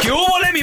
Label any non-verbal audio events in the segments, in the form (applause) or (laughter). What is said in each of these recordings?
¿Qué hubo, le, mi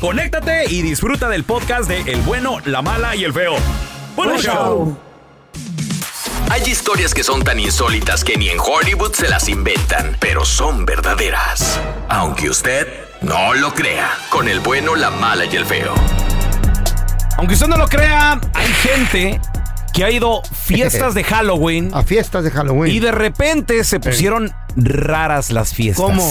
conéctate y disfruta del podcast de El bueno, la mala y el feo. ¡Buen show! Hay historias que son tan insólitas que ni en Hollywood se las inventan, pero son verdaderas. Aunque usted no lo crea, con el bueno, la mala y el feo. Aunque usted no lo crea, hay gente que ha ido fiestas (laughs) de Halloween A fiestas de Halloween. y de repente se pusieron raras las fiestas. ¿Cómo?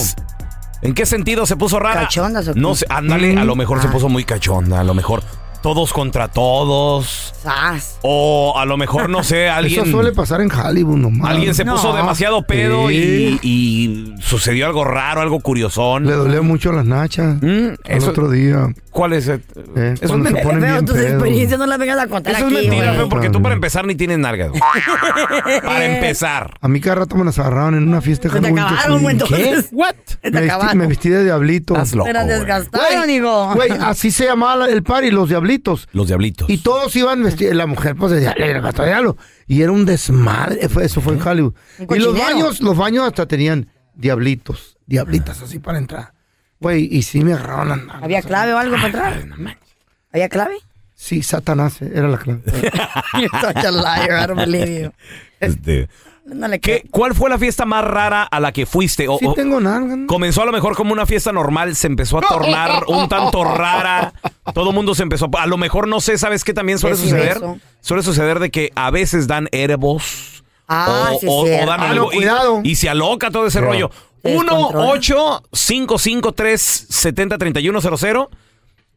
¿En qué sentido se puso rara? ¿Cachondas o qué? No sé, ándale, a lo mejor se Ah. puso muy cachonda, a lo mejor todos contra todos. ¡Sas! O a lo mejor, no sé, alguien. (laughs) Eso suele pasar en Hollywood nomás. Alguien se No. puso demasiado pedo Sí. y, y sucedió algo raro, algo Le curiosón. dolió mucho las nachas. Mm, El eso- otro día. ¿Cuál es? eh? Eh, eso es, cuando men- se ponen Feo, bien tus pedos. experiencias no las vengas a contar eso es aquí, mentira, güey. feo, porque tú También. para empezar ni tienes nalgas. (laughs) güey. para empezar. A mí cada rato me las agarraron en una fiesta de Se te Halloween que acabaron, fui. güey, entonces. ¿What? (laughs) Se te Me vestí, acabaron. me vestí de diablito. Estás loco, Te las güey. desgastaron, hijo. Güey, ah, así se llamaba la- el party, los diablitos. Los diablitos. Y todos iban vestidos, la mujer pues decía, le levantó diablo. Y era un desmadre, fue- eso fue en Hollywood. Un Y los cochinero. baños, los baños hasta tenían diablitos, diablitas así para entrar. Ah, Güey, y sí me agarraron las (laughs) nalgas. ¿Había clave o algo para ah, entrar? ¿Había clave? (laughs) Sí, Satanás eh, era la clave. You're such a liar, I don't believe you. Este, (laughs) No le creo. ¿qué- ¿Cuál fue la fiesta más rara a la que fuiste? O- Sí o- tengo nalgas. ¿no? Comenzó a lo mejor como una fiesta normal, se empezó a tornar un tanto rara. Todo el mundo se empezó. A lo mejor no sé, ¿sabes qué también suele Decime suceder? eso. Suele suceder de que a veces dan herbos. Ah, sí es o, cierto. dan Ah, no, algo. y- cuidado. Y, se aloca todo ese Sí. rollo. Se 1 descontrola. 8 553 70 31 00.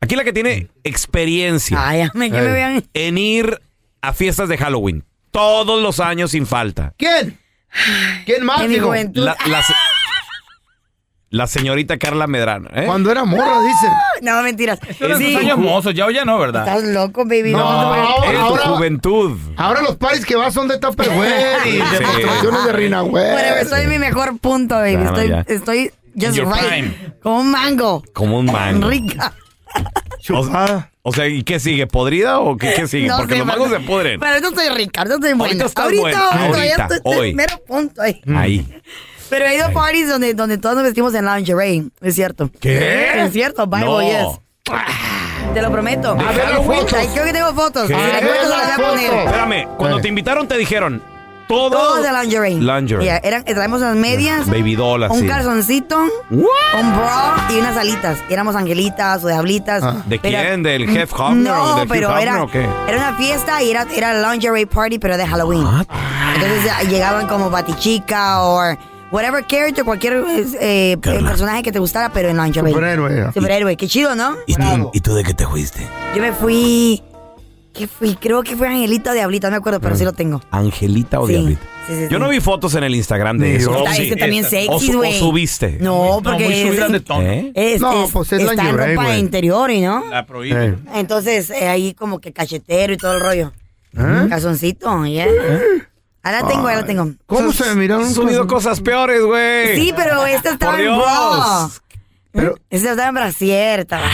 Aquí la que tiene experiencia Ay, me que me Ey. vean. en ir a fiestas de Halloween. Todos los años sin falta. ¿Quién? ¿Quién más, En mi digo? juventud. La, la se- la señorita Carla Medrano. ¿eh? Cuando era morra, dicen. (laughs) No, mentiras. Sí. mozos, ya o ya no, ¿verdad? Estás loco, baby. No, Vamos a- En tu Ahora- juventud. Ahora los paris que va son (laughs) de Tupperware y Sí. de demostraciones de Whatever, Rinagüe. estoy en mi mejor punto, baby. Claro, estoy, Pues, ya. estoy just your right. prime. Como un mango. Como un mango. Rica. Chupada. O sea, ¿y qué sigue? ¿Podrida o qué, qué sigue? No Porque sé, los mangos pero- se pudren. Pero yo estoy rica, yo estoy buena. Ahorita estás ahorita, buena, todavía ahorita, estoy- estoy hoy. Mm. mero punto ahí. Mm. Ahí. Pero he ido a parties donde, donde todos nos vestimos en lingerie. Es cierto. ¿Qué? Es cierto, Bible, No. yes. Te lo prometo. A ver, Ay, fotos. Creo que tengo fotos. ¿Qué? Si las fotos las voy a Las poner. fotos. Espérame, cuando Eh. te invitaron te dijeron todo. Todos de lingerie. Lingerie. Ya, eran, traemos unas medias. Baby doll, Un así. calzoncito. Un bra y unas alitas. Éramos angelitas o diablitas. Ah, ¿De Pero- mm, quién? ¿Del Jeff Hofner o No, del Hugh pero Hefner era, o qué? era una fiesta y era, era lingerie party, pero de Halloween. Entonces ah, llegaban como Batichica o whatever character, cualquier eh, eh, personaje que te gustara, pero en lingerie. Superhéroe. Superhéroe, qué chido, ¿no? ¿Y Bravo. de qué te fuiste? Yo me fui. ¿Qué fui? Creo que fue Angelita o Diablita, no me acuerdo, Ah, Mm. pero sí lo tengo. ¿Angelita o Sí, Diablita? sí, sí, Yo sí. no vi fotos en el Instagram de Ni eso. yo. O Está- sí. es que también O sexy, su- o güey. subiste. No, porque. es- ¿Eh? es- No, es- pues es está en lingerie, ropa güey. interior y no. Eh. Entonces, eh, ahí como que cachetero y todo el rollo. ¿Eh? Calzoncito, yeah. Ahora la tengo, ahí la tengo. ¿Cómo se miraron? Han subido cosas peores, güey. Sí, pero esta Por estaba en bra. Dios. Pero, Ah. Esta estaba en brasier, estaba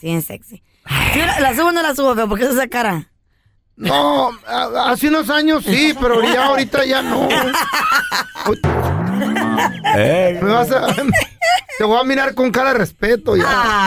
bien sexy. Sí, la, la subo o no la subo, pero ¿por qué esa cara? no, a- hace unos años sí, pero ya ahorita ya no. Eh. Me vas a. Te voy a mirar con cara de respeto ya.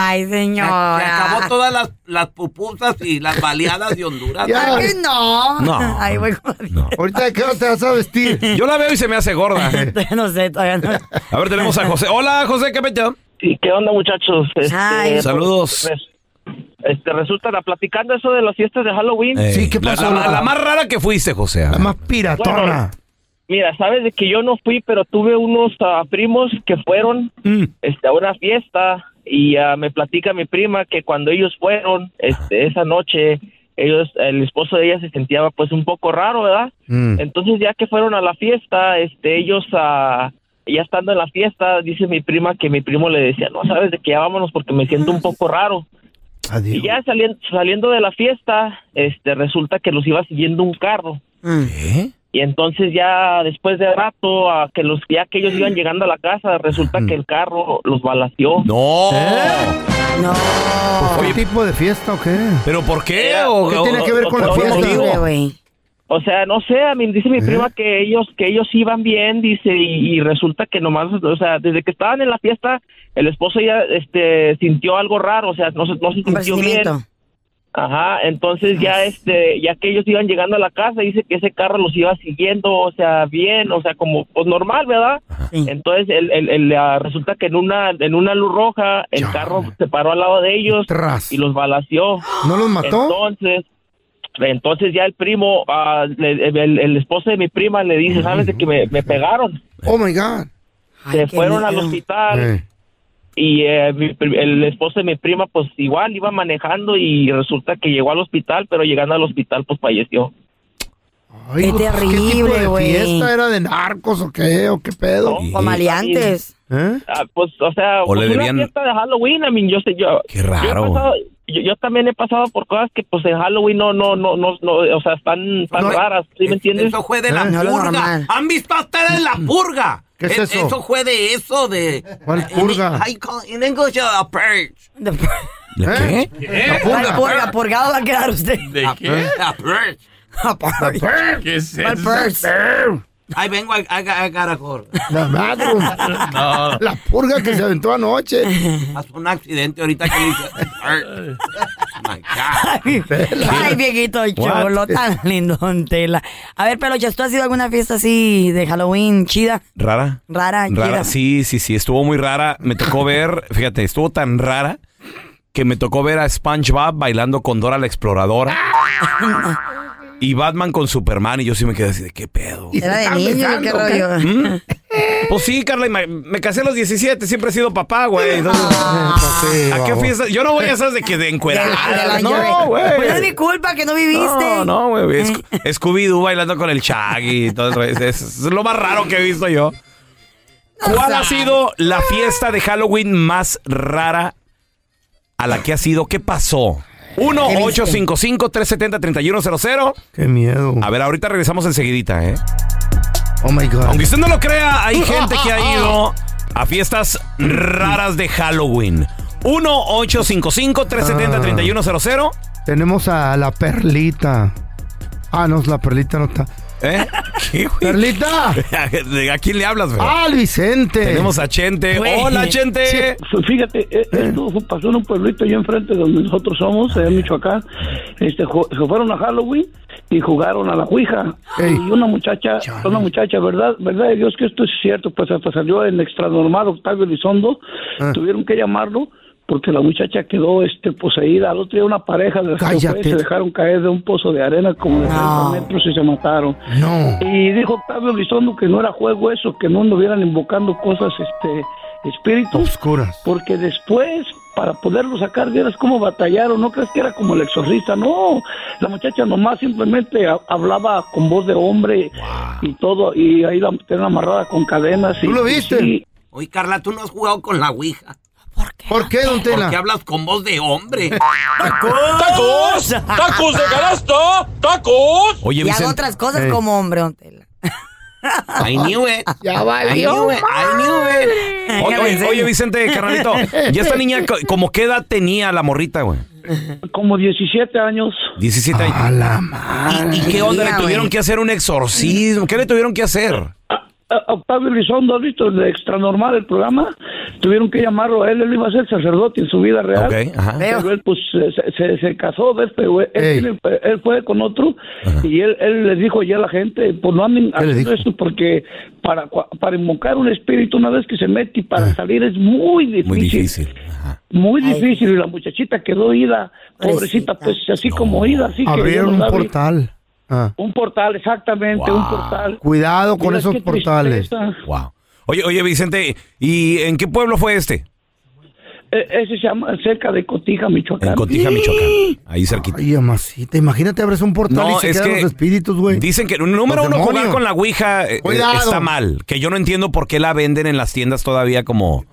Ay, señora. Se acabó todas las, las pupusas y las baleadas de Honduras. Ya. Ay, no. No. Ay, voy con (laughs) la- No. Ahorita de qué hora te vas a vestir. Yo la veo y se me hace gorda. Todavía no sé, todavía no. A ver, tenemos a José. Hola, José, ¿qué pecho? ¿Y qué onda, muchachos? Este, pues, Ay. Saludos. res- este, resulta, la- platicando eso de las fiestas de Halloween, Eh, Sí, ¿qué la- pasó, Ah. La, loco? la más rara que fuiste, José. a La ver. más piratona. mira, sabes de que yo no fui, pero tuve unos ah, primos que fueron mm. este, a una fiesta y ah, me platica mi prima que cuando ellos fueron este, esa noche, ellos, el esposo de ella se sentía pues un poco raro, ¿verdad? Mm. Entonces ya que fueron a la fiesta, este, ellos ah, ya estando en la fiesta, dice mi prima que mi primo le decía, no sabes de qué, ya vámonos porque me siento un poco raro. Y ya saliendo, saliendo de la fiesta, este, resulta que los iba siguiendo un carro. Mm. Y entonces ya después de rato, a que los, ya que ellos iban llegando a la casa, resulta que el carro los balació. No. No. ¿Qué tipo de fiesta o qué? ¿Pero por qué? ¿O- ¿Qué tiene que ver con la fiesta? ¿Eh? Horrible, güey. O sea, no sé, a mí dice mi prima que ellos que ellos iban bien, dice, y, y resulta que nomás, o sea, desde que estaban en la fiesta, el esposo ya este sintió algo raro, o sea, no, se- no se Un sintió bien. presentimiento. Ajá, entonces ya este, ya que ellos iban llegando a la casa, dice que ese carro los iba siguiendo, o sea, bien, o sea, como pues normal, ¿verdad? Sí. Entonces el, el- el, ah, resulta que en una en una luz roja el carro se paró al lado de ellos Tras. y los balació. ¿No los mató? Entonces, entonces ya el primo, ah, le- el, el esposo de mi prima le dice, ¿sabes de que me, me pegaron? Oh my God. Ay, Se qué fueron al miedo. hospital Eh. y eh, mi pri- el esposo de mi prima pues igual iba manejando y resulta que llegó al hospital, pero llegando al hospital pues falleció. Ay, Qué pues, ¿Qué tipo terrible, de güey. fiesta era de narcos o qué? ¿O qué pedo? No, O maleantes. ¿Eh? Ah, pues, o sea, O pues, le una debían- fiesta de Halloween, a mí, yo sé, yo... Qué raro. Yo, he pasado- yo- yo también he pasado por cosas que pues en Halloween no, no, no, no, no, o sea, están tan No, raras, ¿sí me entiendes? Eso fue de la Ah, no lo purga. normal. ¿Han visto a ustedes la purga? ¿Qué es eso? fue de eso, de... Eh, ¿Cuál purga? I call- in English, a purge. ¿La ¿Eh? qué? La ¿Cuál purga. purga? Purgado va a quedar usted. ¿De qué? A purge. Aparte. ¿Qué es ¿Cuál purse? Ahí vengo, I, I, got- I got a call. La madre. La purga que se aventó (laughs) anoche. (laughs) Pasó un accidente ahorita que le hice (laughs) purge. Oh, my God. Ay, viejito cholo, tan lindo, don Tela. A ver, Pelochas, ¿tú has ido a alguna fiesta así de Halloween chida, ¿Rara? rara, Rara, chida? sí, sí, sí, estuvo muy rara. Me tocó (laughs) ver, fíjate, estuvo tan rara que me tocó ver a SpongeBob bailando con Dora la Exploradora. Y Batman con Superman y yo sí me quedé así de qué pedo. Era de Están niño, besando, qué ¿o qué? rollo. Pues sí, Carla, y me, me casé a los 17, siempre he sido papá, güey. Entonces, Ah. ¿A qué fiesta? Yo no voy a esas de que de Ah, encueradas. No, güey. Pues es mi culpa que no viviste. No, no, güey. Eh. Es- Scooby-Doo bailando con el Shaggy y todo eso. Es, es lo más raro que he visto yo. ¿Cuál ha sido la fiesta de Halloween más rara a la que ha sido? ¿Qué pasó? 1-855-370-3100. Qué miedo. A ver, ahorita regresamos enseguidita, ¿eh? Oh my God. Aunque usted no lo crea, (laughs) hay gente que ha ido a fiestas raras de Halloween. 1-855-370-3100. Tenemos a la perlita. Ah, no, la perlita no está. ¿Eh? ¿Qué, güey? (laughs) ¡Perlita! ¿A quién le hablas, güey? ¡Ah, el Vicente! Tenemos a Chente. Güey. Hola, Chente. Pues fíjate, eh, esto fue- pasó en un pueblito allá enfrente donde nosotros somos, allá en Michoacán. Este, ju- se fueron a Halloween y jugaron a la Ouija. Ey. Y una muchacha, una muchacha, ¿verdad? ¿Verdad de Dios que esto es cierto? Pues hasta salió en extranormal Octavio Elizondo. Ah. Tuvieron que llamarlo porque la muchacha quedó este poseída. Al otro día una pareja de las que fue, Cállate. se dejaron caer de un pozo de arena como de 30 metros y se mataron. No. Y dijo Octavio Elizondo que no era juego eso, que no anduvieran invocando cosas, este, espíritus. Oscuras. Porque después, para poderlo sacar, vieras cómo batallaron. No crees que era como el exorcista, no. La muchacha nomás simplemente ha- hablaba con voz de hombre y todo. Y ahí la tenían amarrada con cadenas. y- ¿Tú lo y viste? sí. Oye, Carla, tú no has jugado con la ouija. ¿Por qué, don ¿Por Tela? qué hablas con voz de hombre? ¡Tacos! ¡Tacos de canasta! ¡Tacos! Oye, Y hago Vicente. otras cosas Ey. como hombre, don Tela. I knew it. (laughs) Ya I valió. knew it. I knew it. Oye, Déjame oye, enseño. oye, Vicente, carnalito. ¿Y esta niña co- como qué edad tenía la morrita, güey? Como 17 años. 17 A años. la madre. ¿Y, y qué onda? ¿Le Mira, tuvieron güey. que hacer un exorcismo? ¿Qué le tuvieron que hacer? A- a- Ah, Octavio Elizondo, ¿has visto el de extranormal el programa? Tuvieron que llamarlo a él. Él iba a ser sacerdote en su vida real. Ok, ajá. Veo. Pero él pues se, se- se casó, ¿ves? Pero él, Ey. tiene- él fue con otro y él, él les dijo ya a la gente, pues no anden le dijo? haciendo esto porque para, cua- para invocar un espíritu una vez que se mete y para salir es muy difícil. Muy difícil. Ajá. Muy Ay. difícil y la muchachita quedó ida, pobrecita, Pobrecita. pues así como ida, así que yo no Abrieron un la vi. portal. (gasps) Ah. Un portal, exactamente, un portal. Cuidado con Mira esos qué portales. tristeza. Wow. Oye, oye, Vicente, ¿y en qué pueblo fue este? e- ese se llama cerca de Cotija, Michoacán. En Cotija, Michoacán. Ahí cerquita. Ay, amasita, imagínate, abres un portal No, y se es quedan que los espíritus, güey. Dicen que, número Los uno, jugar demonios. con la Ouija eh, eh, Cuidado. está mal. Que yo no entiendo por qué la venden en las tiendas todavía como,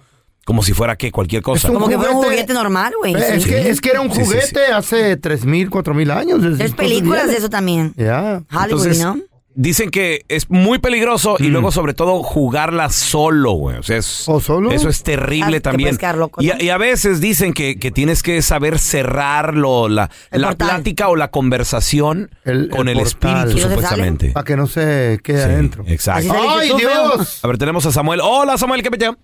como si fuera que cualquier cosa. (laughs) un Como que fuera un juguete. juguete normal, güey. Eh, es, sí. que, es que era un Sí, sí, juguete hace 3.000, 4.000 años. desde Tres entonces, películas ya. de eso también. Ya. Hollywood, Entonces, ¿no? Dicen que es muy peligroso y luego, sobre todo, jugarla solo, güey. O sea, es- Mm. ¿O solo? eso es terrible Ah, te también. puedes quedar loco, y, ¿no? a, y a veces dicen que, que tienes que saber cerrarlo, la, El la portal. plática o la conversación El- con el el, espíritu, portal. ¿Y no se sale? supuestamente. Para que no se quede Sí, adentro. Así Exacto. sale ¡Ay, YouTube, feo. Dios! A ver, tenemos a Samuel. Hola, Samuel, ¿qué peteo?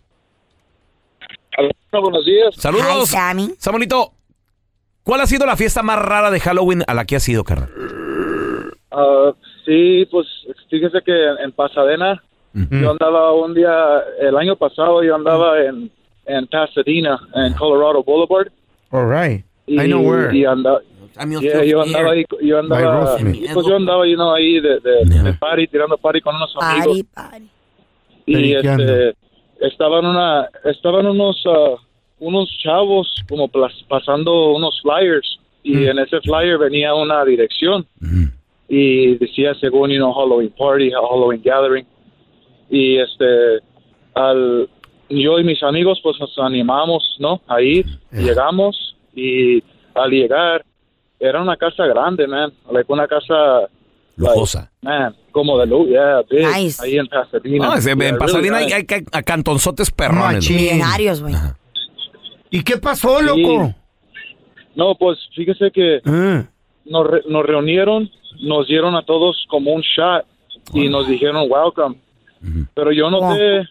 buenos días. Saludos. Hi, Sammy. Samuelito, ¿cuál ha sido la fiesta más rara de Halloween a la que has sido, carnal? Ah, sí, pues fíjese que en Pasadena yo andaba un día, el año pasado yo andaba en, en Pasadena, en Colorado Boulevard. All right. Y, I know where. y anda- I'm so yeah, yo andaba scared. ahí, yo By andaba, Rosemary. pues yo andaba ahí, ¿no? ahí de, de, de party, tirando party con unos amigos. Pari, pari. y Periqueando. este, estaban una estaban unos ah, unos chavos como plas- pasando unos flyers y Mm. en ese flyer venía una dirección y decía según you know, Halloween party Halloween gathering y este al yo y mis amigos pues nos animamos no a ir Eh. llegamos y al llegar era una casa grande man like una casa Lujosa. man como de luz yeah big, Nice. ahí en Pasadena No, es- en Yeah, really Pasadena hay, nice. hay ca- a cantonzotes perrones. Machín. güey. Millonarios, güey. ¿Y qué pasó, loco? No, pues fíjese que Ah, nos, re- nos reunieron, nos dieron a todos como un shot y nos dijeron welcome. Pero yo noté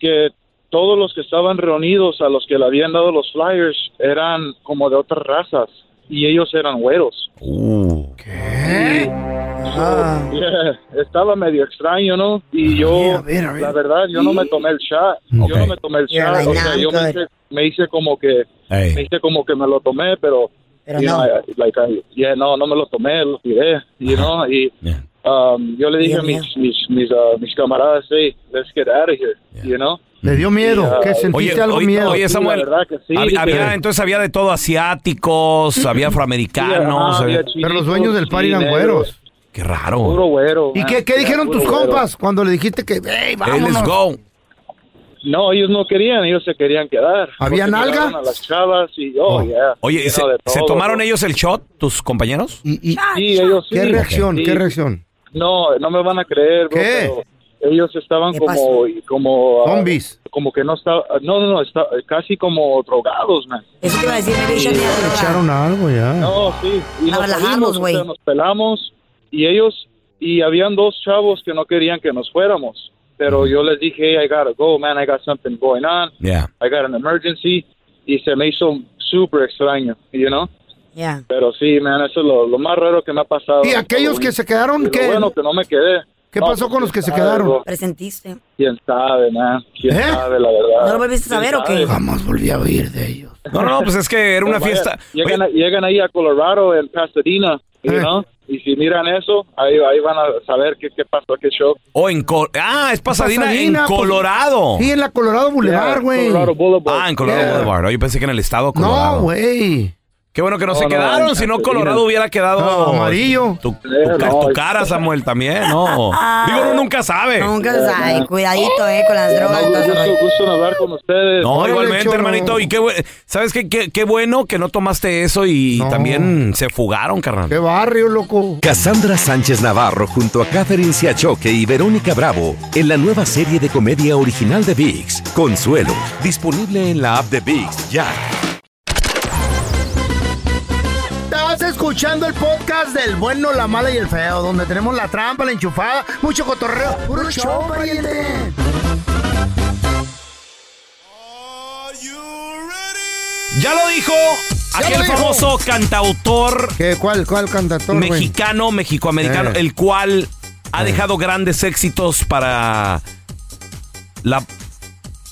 que todos los que estaban reunidos, a los que le habían dado los flyers, eran como de otras razas y ellos eran güeros. Uh, ¿Eh? ah. Yeah, (laughs) estaba medio extraño, ¿no? Y yo, a ver, a ver. la verdad, yo no me tomé el shot. Ok. Yo no me tomé el Yeah, shot. like, o sea, nah, yo I'm me good. hice, me hice como que ey. me hice como que me lo tomé, pero, Pero you no. know, I- I- like, I- yeah, no, no me lo tomé, lo tiré, you know, y Yeah. um, yo le dije a Dios mis, mis, mis, ah, mis camaradas, hey, let's get out of here, you know. Le dio miedo. Yeah. ¿Qué sentiste Oye, algo oye, miedo? oye, Sí, Samuel. la verdad que sí, hab- había- pero- entonces había de todo, asiáticos, había afroamericanos. Sí, había- había Pero los chinitos, dueños del par sí, eran negros, güeros. Qué raro. Puro güero. ¿Y man, qué, qué yeah, dijeron puro tus güero. compas cuando le dijiste que, hey, Hey, let's vámonos? go. No, ellos no querían, ellos se querían quedar. ¿Había Porque nalga? miraron A las chavas y, oh, yeah. Oye, ¿y lleno se, de se todo, tomaron ¿no? ellos el shot, tus compañeros? Y, y- Sí, ellos sí. ¿Qué reacción? Sí, ¿Qué reacción? No, no me van a creer, bro, ¿Qué? pero ellos estaban ¿Qué pasó? como como ah, Zombies. como que no estaba no no no está casi como drogados, man. Eso te iba a decir, baby, yo te Eh, Le echaron algo ya. No, sí, y A nos relajarnos, salimos, o güey. sea, nos pelamos y ellos y habían dos chavos que no querían que nos fuéramos, pero yo les dije, hey, I gotta go, man, I got something going on, Yeah. I got an emergency y se me hizo súper extraño, you know. Ya. Pero sí, man, eso es lo, lo más raro que me ha pasado. ¿Y aquellos que se Y quedaron? lo ¿Qué, bueno que no me quedé. ¿Qué No, pasó pues, con los que se sabe, quedaron? bro. Presentiste. ¿Quién sabe, man? ¿Quién ¿Eh? sabe, la verdad? ¿No lo volviste a ¿Quién saber o qué? sabe? (laughs) Jamás volví a oír de ellos. No, no, no, pues es que era una Vaya, fiesta. Llegan, Oye, a- llegan ahí a Colorado, en Pasadena, you Eh. know? Y si miran eso, ahí, ahí van a saber qué, qué pasó, qué show. o en Col- ah, es Pasadena, Pasadena, en pues- Colorado. Sí, en la Colorado Boulevard, güey. Colorado Boulevard. ah, en Colorado Yeah. Boulevard. Oye, pensé que en el estado Colorado. No, güey. Qué bueno que no, No, se no, quedaron, en si no Pasadena. Colorado hubiera quedado No, amarillo. Tu, tu Eh, ca- no, tu es- cara, Samuel, también, no. Digo, uno nunca sabe. Nunca se sabe. Cuidadito, eh, con las drogas. No, todo ese rollo. gusto, gusto en hablar con ustedes. No, Órale, igualmente, cholo. hermanito. Y qué bue- ¿sabes qué, qué, qué bueno que no tomaste eso y No. también se fugaron, carnal. Qué barrio, loco. Cassandra Sánchez Navarro junto a Catherine Siachoque y Verónica Bravo en la nueva serie de comedia original de VIX, Consuelo, disponible en la app de VIX ya. Estás escuchando el podcast del bueno, la mala y el feo, donde tenemos la trampa, la enchufada, mucho cotorreo. ¡Puro show, pariente! Ya lo dijo Ya aquel lo dijo. famoso cantautor ¿Qué, ¿Cuál, cuál cantador, güey? mexicano, mexicoamericano, Eh. el cual ha dejado grandes éxitos para la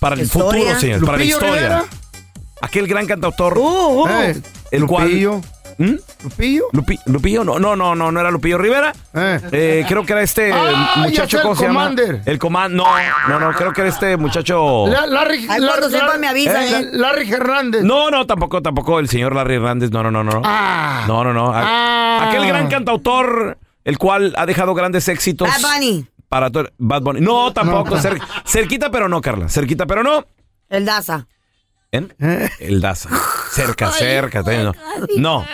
para el Historia. futuro, señor, para la ¿Lupillo historia. Rivera? Aquel gran cantautor, Eh, el cual ¿Mm? Lupillo. ¿Lupillo? ¿Lupillo? No, no, no, no, no era Lupillo Rivera. Eh, creo que era este Ah, ya muchacho, sé, el ¿cómo se llama? Commander. El comando. No, no, no, creo que era este muchacho. La- Larry, Ay, Lar- cuando sepa Lar- me avisa, Eh, ¿eh? La- Larry Hernández. No, no, tampoco, tampoco el señor Larry Hernández. No, no, no, no. Ah. No, no, no. A- Ah. Aquel gran cantautor, el cual ha dejado grandes éxitos. Bad Bunny, Para todo. Bad Bunny. No, tampoco. No. cer- cerquita, pero no, Carla. Cerquita, pero no. el Daza. ¿En? El Daza. Cerca, cerca. también no. No.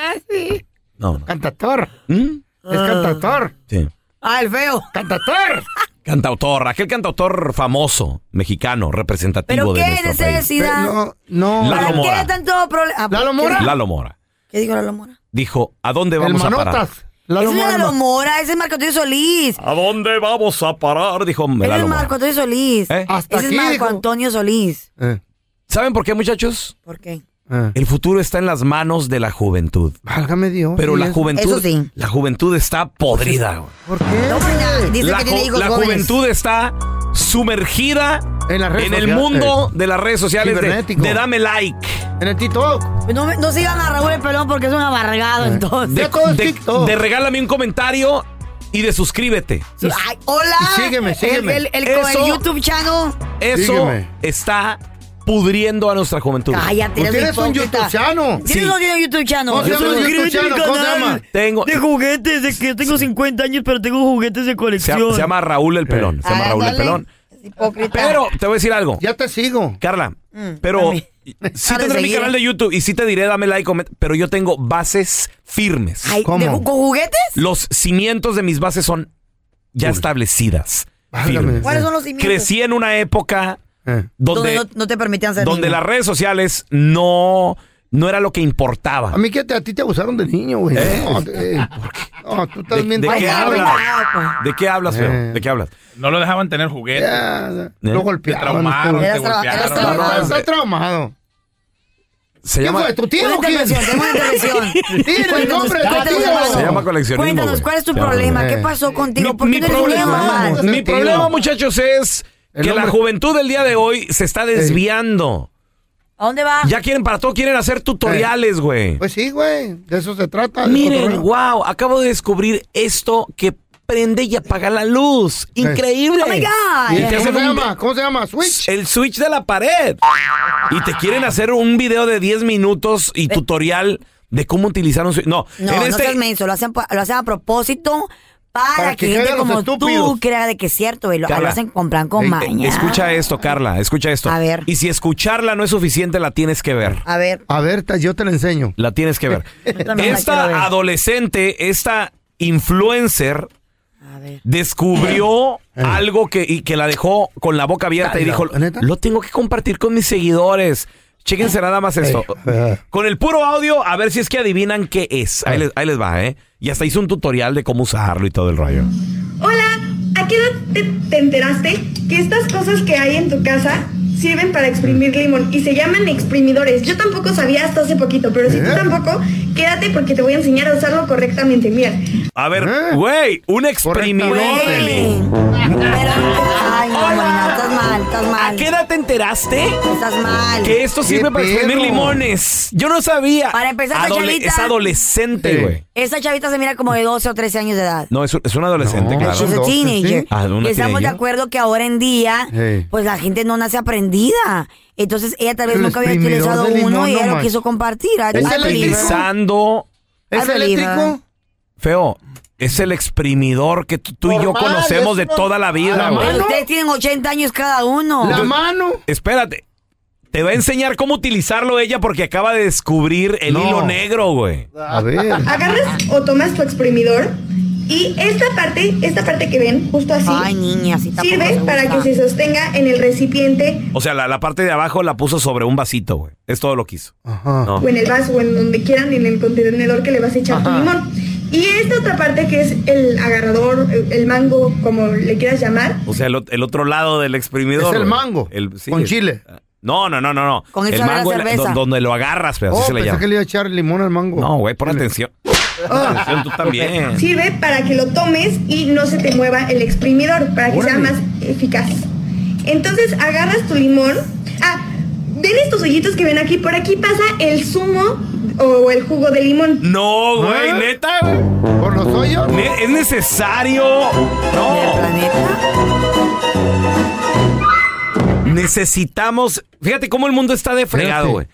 No, no. Cantador. ¿Mm? Es cantador. Sí. Ah, el feo. Cantador. Cantautor, aquel cantautor famoso, mexicano, (laughs) ¿Pero representativo de qué nuestro país. necesidad? No, no. La- ¿Para Lalo Mora. qué tanto problema? Ah, ¿Lalo ¿qué- Mora? Lalo Mora. ¿Qué dijo Lalo Mora? Dijo, ¿a dónde el vamos a parar? manotas. Lalo Ese no es Mora. Lalo Mora, ese es Marco Antonio Solís. ¿A dónde vamos a parar? Dijo Ese es Lalo Marco Mora. Antonio Solís. ¿Eh? Hasta ese aquí, es Marco dijo. Antonio Solís. Eh, ¿Saben por qué, muchachos? ¿Por qué? eh. El futuro está en las manos de la juventud. Válgame Dios. Pero ¿y la Ah, eso? juventud, Eso sí. la juventud está podrida. güey. ¿Por qué? No, porque dice La, que tiene ju- hijos la jóvenes. juventud está sumergida En las redes en el sociales. mundo de las redes sociales de, Cibernético. de dame like. En el TikTok. No, me- no sigan a Raúl el pelón porque es un Eh. amargado, Ah, entonces. Ya todo es de, TikTok. de regálame un comentario y de suscríbete. Sí, ay, hola. y sígueme, El- sígueme. El, el- con el Eso- YouTube channel. Eso Sígueme. está pudriendo a nuestra juventud. Cállate, Pues eres tienes un hipócrita. youtubeano. ¿Tienes Sí. o no tienes YouTube channel? ¿Cómo se Yo llama el soy- YouTube Suscríbete a mi channel? ¿Cómo se canal llama? Tengo, se, juguetes, de que tengo 50 años, pero tengo juguetes de llama- se llama Raúl el Pelón. Se llama Ah, Raúl el dale. Pelón. Es hipócrita. Pero te voy a decir algo. Ya te sigo. Carla, pero Mm. mami. sí Ha de tendré mi seguir. canal de YouTube y sí te diré, dame like, comenta, pero yo tengo bases firmes. Ay, ¿de ¿Cómo? ju- ¿Con juguetes? Los cimientos de mis bases son ya establecidas. Válgame. firmes. ¿Cuáles son los cimientos? Crecí en una época Eh. donde, Donde no, no te permitían ser donde niño. las redes sociales no, no era lo que importaba. A mí que te- a ti te abusaron de niño, güey. Eh. (laughs) No, te- no, tú ¿De, también. de Ay, qué ya, venga, hablas? ¿De qué hablas, feo? pues. Eh. ¿De qué hablas? ¿Eh? No lo dejaban tener juguetes. Lo golpearon. traumaron, este te Eras traba- golpearon. eras güey. No, no, trabajado. está traumado. Se ¿Quién llama, fue? ¿Tu tío Tengo o una quién? intervención, tengo (laughs) una (laughs) intervención. Dile el nombre de tu Cuéntanos, tío. Se llama coleccionismo, Cuéntanos, güey. ¿cuál es tu Se llama problema? ¿Qué coleccionismo. pasó contigo? Mi- ¿Por mi qué no eres problema, problema? no, no. Mi Sentido. problema, muchachos, es El que la hombre- juventud del día de hoy se está desviando. ¿A dónde va? Ya quieren para todo, quieren hacer tutoriales, güey. Pues sí, güey. De eso se trata. de Miren, cotorreo. wow, acabo de descubrir esto que prende y apaga la luz. Increíble. Oh my God. Y ¿Cómo te se hacen un- llama? ¿Cómo se llama? Switch. el switch de la pared. Y te quieren hacer un video de 10 minutos y tutorial de cómo utilizar un switch. No, Eh. No, en no este seas menso, lo hacen, pa- lo hacen a propósito para, Para que, que gente caigan como los estúpidos. tú crea de que es cierto, y lo, Carla, lo hacen con plan con eh, eh, maña. Escucha esto, Carla, escucha esto. A ver. Y si escucharla no es suficiente, la tienes que ver. A ver, A ver, ta- yo te la enseño. La tienes que ver. también la esta quiero ver. adolescente, esta influencer, a ver. descubrió algo que, y que la dejó con la boca abierta y Ay, dijo, la neta. lo tengo que compartir con mis seguidores. Chéquense nada más esto. Ey. Con el puro audio, a ver si es que adivinan qué es. Ahí les, ahí les va, ¿eh? Y hasta hizo un tutorial de cómo usarlo y todo el rollo. Hola, ¿a qué edad te, te enteraste que estas cosas que hay en tu casa sirven para Mm. exprimir limón y se llaman exprimidores? Yo tampoco sabía hasta hace poquito, pero si tú ¿Eh? tampoco, quédate porque te voy a enseñar a usarlo correctamente. Mira, A ¿Eh? ver, güey, un exprimidor de Güey. limón. Pero- ay, no, no, no, estás mal, estás ¿A mal. qué edad te enteraste? Estás mal. Que esto sirve para pedo? exprimir limones. Yo no sabía. Para empezar, esa chavita- Es adolescente, Sí. güey. Esa chavita se mira como de 12 o 13 años de edad. No, es, es un adolescente, No. claro. She's a 12, teenager. sí. Ah, una Y estamos de teenager. acuerdo que ahora en día, Hey. pues la gente no nace aprendida. Entonces ella tal vez El nunca había exprimidor utilizado de limón, uno y no ella lo manches. quiso compartir. I- I Es believe her. electricidad. Utilizando, ¿Es I believe her. eléctrico? feo, es el exprimidor que tú, tú y yo Normal, conocemos es de uno- toda la vida. la güey. Pero mano. ustedes tienen 80 años cada uno. La mano. Espérate. Te va a enseñar cómo utilizarlo ella porque acaba de descubrir el No. hilo negro, güey. A ver. agarras o tomas tu exprimidor y esta parte, esta parte que ven, justo así, Ay, niña, sí tampoco sirve me para que gusta. se sostenga en el recipiente O sea, la, la parte de abajo la puso sobre un vasito, güey. Es todo lo que hizo. Ajá. No. o en el vaso o en donde quieran en el contenedor que le vas a echar tu limón. Y esta otra parte que es el agarrador, el el mango, como le quieras llamar, O sea, el, ot- el otro lado del exprimidor. Es güey. el mango, con es- chile. No, no, no, no, no. Con eso el era la mango el- cerveza. do- donde lo agarras, pero así Oh, se le pensé llama. que le iba a echar limón al mango. No, güey, pon atención. Pon atención tú también. Oh. sirve para que lo tomes y no se te mueva el exprimidor, para que sea Órale. más eficaz. Entonces agarras tu limón. Ah, ven estos hoyitos que ven aquí, por aquí pasa el zumo o el jugo de limón. No, güey, ¿Ah? neta, güey. ¿Por los hoyos? es necesario. No. Necesitamos. Fíjate cómo el mundo está de fregado, güey.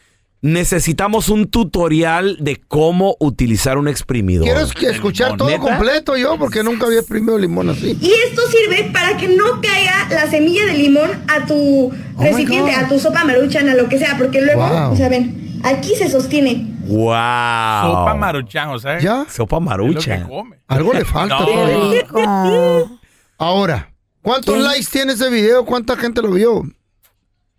Necesitamos un tutorial de cómo utilizar un exprimidor. Quieres que escuchar todo ¿Neta? completo yo, porque nunca había exprimido limón así. Y esto sirve para que no caiga la semilla de limón a tu Oh my recipiente, God. a tu sopa maruchan, a lo que sea, porque luego, Wow. o sea, ven, aquí se sostiene. ¡Wow! Sopa maruchan, o sea. ¿Ya? Sopa marucha. Algo (laughs) le falta No. todavía. Ahora, ¿cuántos ¿Qué? likes tiene ese video? ¿Cuánta gente lo vio?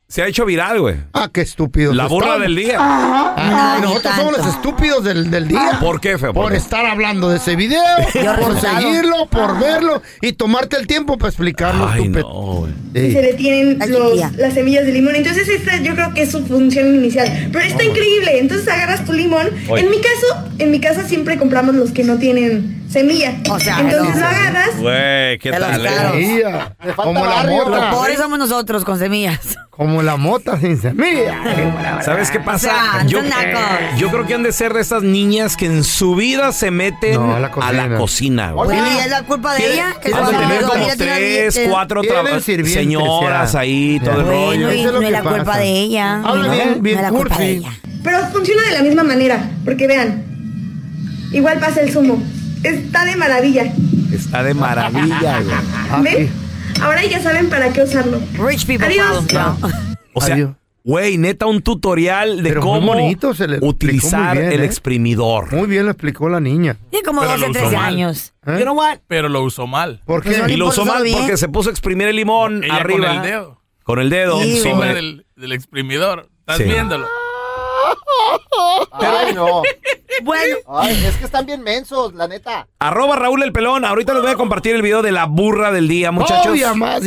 Se ha hecho viral, güey. Ah, qué estúpido. La burra del día. Ah, No, ni nosotros somos tanto. los estúpidos del, del día. Ah, ¿Por qué, feo? Por qué? estar hablando de (laughs) ese video, Yo por resultado. seguirlo, por verlo y tomarte el tiempo para explicarlo. estúpido. Y Sí. se detienen los- las semillas de limón. Entonces esta yo creo que es su función inicial. Pero está increíble. Entonces agarras tu limón. Oye. En mi caso, en mi casa siempre compramos los que no tienen semilla. Entonces no. lo agarras. Güey, qué tal. eh? Como la mota. Los pobres somos nosotros con semillas. Como la mota sin semilla. ¿Sabes qué O pasa? sea, yo, son nacos. yo creo que han de ser de esas niñas que en su vida se meten No, a a la la cocina. güey. Güey, Pues, es la culpa de ella. Que Han de su tener familia como tiene una tres, dieta. cuatro Tienen traba- sirvientes, señoras ya. ahí, todo el Bueno, rollo. y Eso es lo No que es la pasa. culpa de ella. Habla no, bien, no bien es la culpa cursi. de ella. Pero funciona de la misma manera, porque vean, igual pasa el zumo. Está de maravilla. Está de maravilla, güey. Ah, ¿Ven? Ahora ya saben para qué usarlo. Rich people Adiós. problem. O sea, güey, neta, un tutorial de Pero muy cómo bonito, se le explicó utilizar muy bien, el ¿eh? exprimidor. Muy bien lo explicó la niña. Tiene como Pero 12, lo usó 13 mal. ¿Eh? años. You know what? Pero lo usó mal. ¿Por qué? Y lo usó mal porque se puso a exprimir el limón Ella arriba. con el dedo. Con el dedo. Encima sobre- del, del exprimidor. ¿Estás Sí. viéndolo? Ay, no. Bueno. Ay, es que están bien mensos, la neta. Arroba Raúl el Pelón. Ahorita les voy a compartir el video de la burra del día, Ah, muchachos. Obvia, más,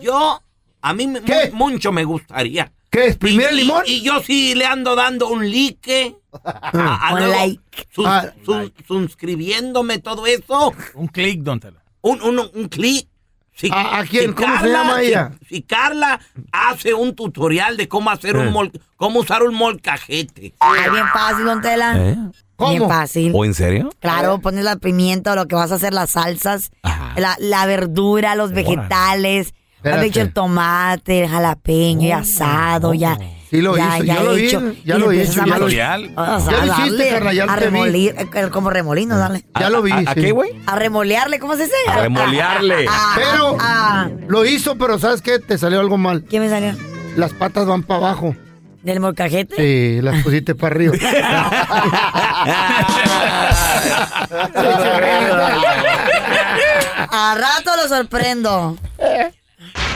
Yo, a mí me- mu- mucho me gustaría. ¿Qué? ¿Exprimir Y- el limón? Y, y yo sí le ando dando un (laughs) like. a- a Un luego like. sus- Ah, sus- Suscribiéndome todo eso. Un clic, don Tela. Un, un, un clic. Si, ¿A- a quién? ¿Cómo se llama si- ella? Si, Carla hace un tutorial de cómo hacer Eh. un mol- cómo usar un molcajete. Ay, bien fácil, Don Tela. ¿Eh? Bien fácil. ¿O en serio? Eh. Claro, pones la pimienta, lo que vas a hacer, las salsas, la, la verdura, los vegetales. Has Espérate. hecho el tomate, el jalapeño, Oh, ya asado, ya. Sí lo ya, hizo, ya ya lo vi, ya y lo le he empiezas hecho, a ya lo- machucar. O sea, Ya lo hiciste, darle carnal, ya a lo te vi. remolir, eh, como remolino, dale. Ya lo vi. Mm. ¿A, a sí. qué, güey? A remolearle, ¿cómo se dice? A remolearle. Pero Ah, lo hizo, pero ¿sabes qué? Te salió algo mal. ¿Qué me salió? Las patas van para abajo. ¿Del molcajete? Sí, las pusiste (laughs) para arriba. Ah. A rato lo sorprendo. Eh.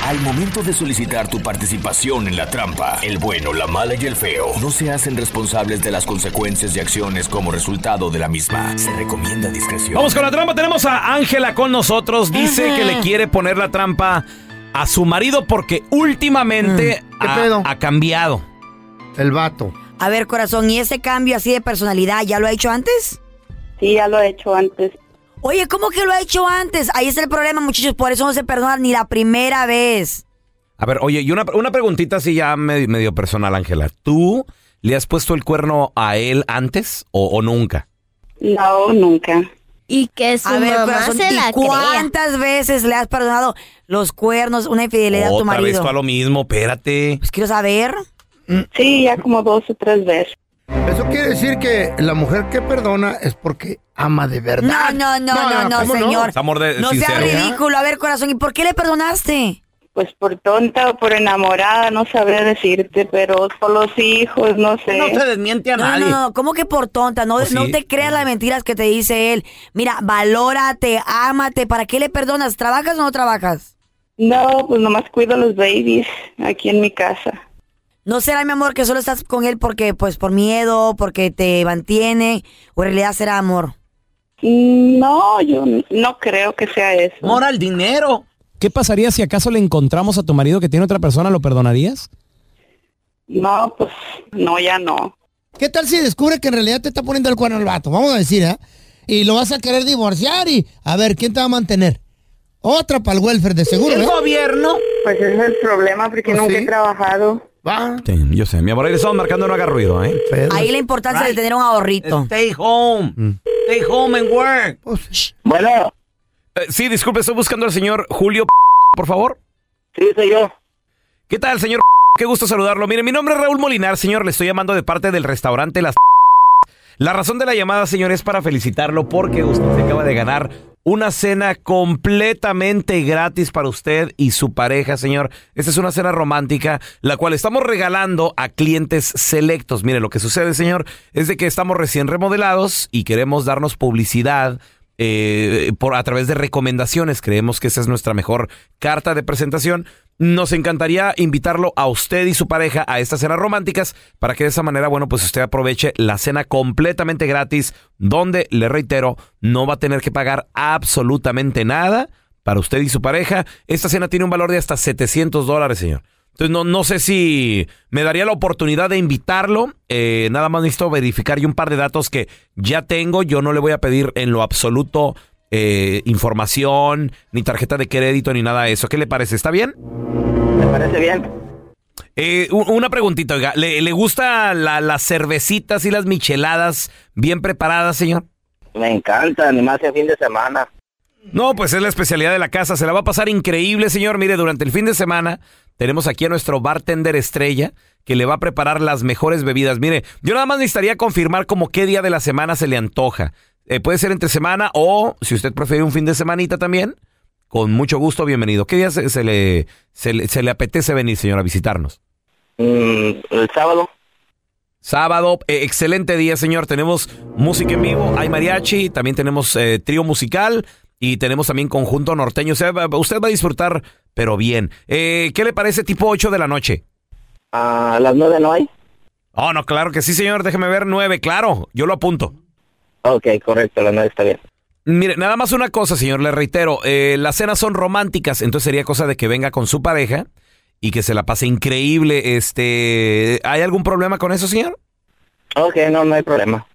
Al momento de solicitar tu participación en la trampa, el bueno, la mala y el feo no se hacen responsables de las consecuencias y acciones como resultado de la misma. Se recomienda discreción. Vamos con la trampa. Tenemos a Ángela con nosotros. Dice que le quiere poner la trampa a su marido porque últimamente Mm, ha, ha cambiado. El vato. A ver, corazón, ¿y ese cambio así de personalidad ya lo ha hecho antes? Sí, ya lo he hecho antes. Oye, ¿cómo que lo ha hecho antes? Ahí está el problema, muchachos, por eso no se perdonan ni la primera vez. A ver, oye, y una, una preguntita así ya me- medio personal, Ángela. ¿Tú le has puesto el cuerno a él antes o, o nunca? No, nunca. Y que su a ver, mamá corazón, se ¿y la crea. ¿cuántas veces le has perdonado los cuernos, una infidelidad a tu Otra vez marido? fue a lo mismo, espérate. Pues quiero saber. Sí, ya como dos o tres veces. Eso quiere decir que la mujer que perdona es porque ama de No, verdad. no, no, no, no, ¿cómo señor. Es amor de- No sea sincero. ridículo. A ver, corazón, ¿y por qué le perdonaste? Pues por tonta o por enamorada, no sabré decirte, pero por los hijos, no sé. desmiente No, no, no, no, ¿cómo que por tonta? No, Pues no sí. te creas las mentiras que te dice él. Mira, valórate, ámate. ¿Para qué le perdonas? ¿Trabajas o no trabajas? No, pues nomás cuido a los babies aquí en mi casa. No será, mi amor, que solo estás con él porque, pues, por miedo, porque te mantiene, o en realidad será amor. Mm, No, yo n- no creo que sea eso. Amor al dinero. ¿Qué pasaría si acaso le encontramos a tu marido que tiene otra persona? ¿Lo perdonarías? No, pues no, ya no. ¿Qué tal si descubre que en realidad te está poniendo el cuerno el vato? Vamos a decir, ¿ah? Y lo vas a querer divorciar y a ver, ¿quién te va a mantener? Otra para el welfare de seguro, ¿eh? Pues ese es el problema porque Pues nunca sí. he trabajado. Sí, yo sé. Mi amor, ahí le estamos marcando, no haga ruido, ¿eh? Ahí la importancia de tener un Este, ahorrito. Stay home. Stay home and work. Bueno. Eh, sí, disculpe, estoy buscando al señor Julio, por favor. Sí, soy yo. ¿Qué tal, señor? Qué gusto saludarlo. Mire, mi nombre es Raúl Molinar, señor. Le estoy llamando de parte del restaurante Las. La razón de la llamada, señor, es para felicitarlo porque usted se acaba de ganar una cena completamente gratis para usted y su pareja, señor. Esta es una cena romántica, la cual estamos regalando a clientes selectos. Mire, lo que sucede, señor, es de que estamos recién remodelados y queremos darnos publicidad eh, por, a través de recomendaciones. Creemos que esa es nuestra mejor carta de presentación. Nos encantaría invitarlo a usted y su pareja a estas cenas románticas para que de esa manera, bueno, pues usted aproveche la cena completamente gratis, donde, le reitero, no va a tener que pagar absolutamente nada para usted y su pareja. Esta cena tiene un valor de hasta 700 dólares, señor. Entonces, no, no sé si me daría la oportunidad de invitarlo. Eh, nada más necesito verificar y un par de datos que ya tengo. Yo no le voy a pedir en lo absoluto eh, información, ni tarjeta de crédito, ni nada de eso. ¿Qué le parece? ¿Está bien? Me parece bien. Eh, u- una preguntita, oiga. ¿Le, le gusta la- las cervecitas y las micheladas bien preparadas, señor? Me encanta, además el fin de semana. No, pues es la especialidad de la casa. Se la va a pasar increíble, señor. Mire, durante el fin de semana tenemos aquí a nuestro bartender estrella que le va a preparar las mejores bebidas. Mire, yo nada más necesitaría confirmar como qué día de la semana se le antoja. Eh, puede ser entre semana o, si usted prefiere, un fin de semanita también. Con mucho gusto, bienvenido. ¿Qué día se, se le, se, le, se le apetece venir, señor, a visitarnos? Mm, el sábado. Sábado, eh, excelente día, señor. Tenemos música en vivo, hay mariachi, también tenemos eh, trío musical y tenemos también conjunto norteño. O sea, va- usted va a disfrutar, pero bien. Eh, ¿Qué le parece tipo 8 de la noche? ¿A las nueve no hay? Oh, no, claro que sí, señor. Déjeme ver 9, claro. Yo lo apunto. Ok, correcto, las nueve está bien. Mire, nada más una cosa, señor, le reitero, eh, las cenas son románticas, entonces sería cosa de que venga con su pareja y que se la pase increíble. Este, ¿hay algún problema con eso, señor? Ok, no, no hay problema.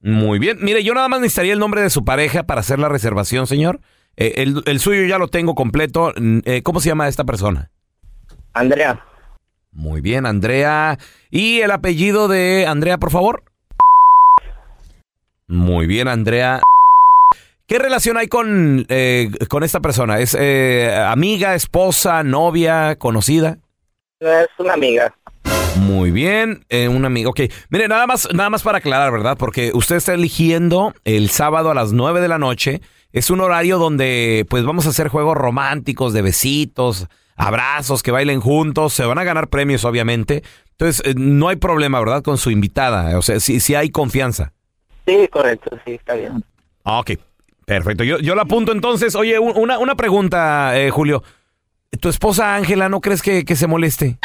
Muy bien. Mire, yo nada más necesitaría el nombre de su pareja para hacer la reservación, señor. Eh, el, el suyo ya lo tengo completo. Mm, eh, ¿Cómo se llama esta persona? Andrea. Muy bien, Andrea. ¿Y el apellido de Andrea, por favor? Muy bien, Andrea. ¿Qué relación hay con, eh, con esta persona? ¿Es eh, amiga, esposa, novia, conocida? Es una amiga. Muy bien, eh, un amigo. Ok, mire, nada más, nada más para aclarar, ¿verdad? Porque usted está eligiendo el sábado a las 9 de la noche. Es un horario donde, pues, vamos a hacer juegos románticos, de besitos, abrazos, que bailen juntos. Se van a ganar premios, obviamente. Entonces, eh, no hay problema, ¿verdad? Con su invitada. O sea, si, si hay confianza. Sí, correcto, sí, está bien. Ah, Ok, perfecto. Yo, yo la apunto entonces. Oye, un- una, una pregunta, eh, Julio. ¿Tu esposa Ángela no crees que, que se moleste?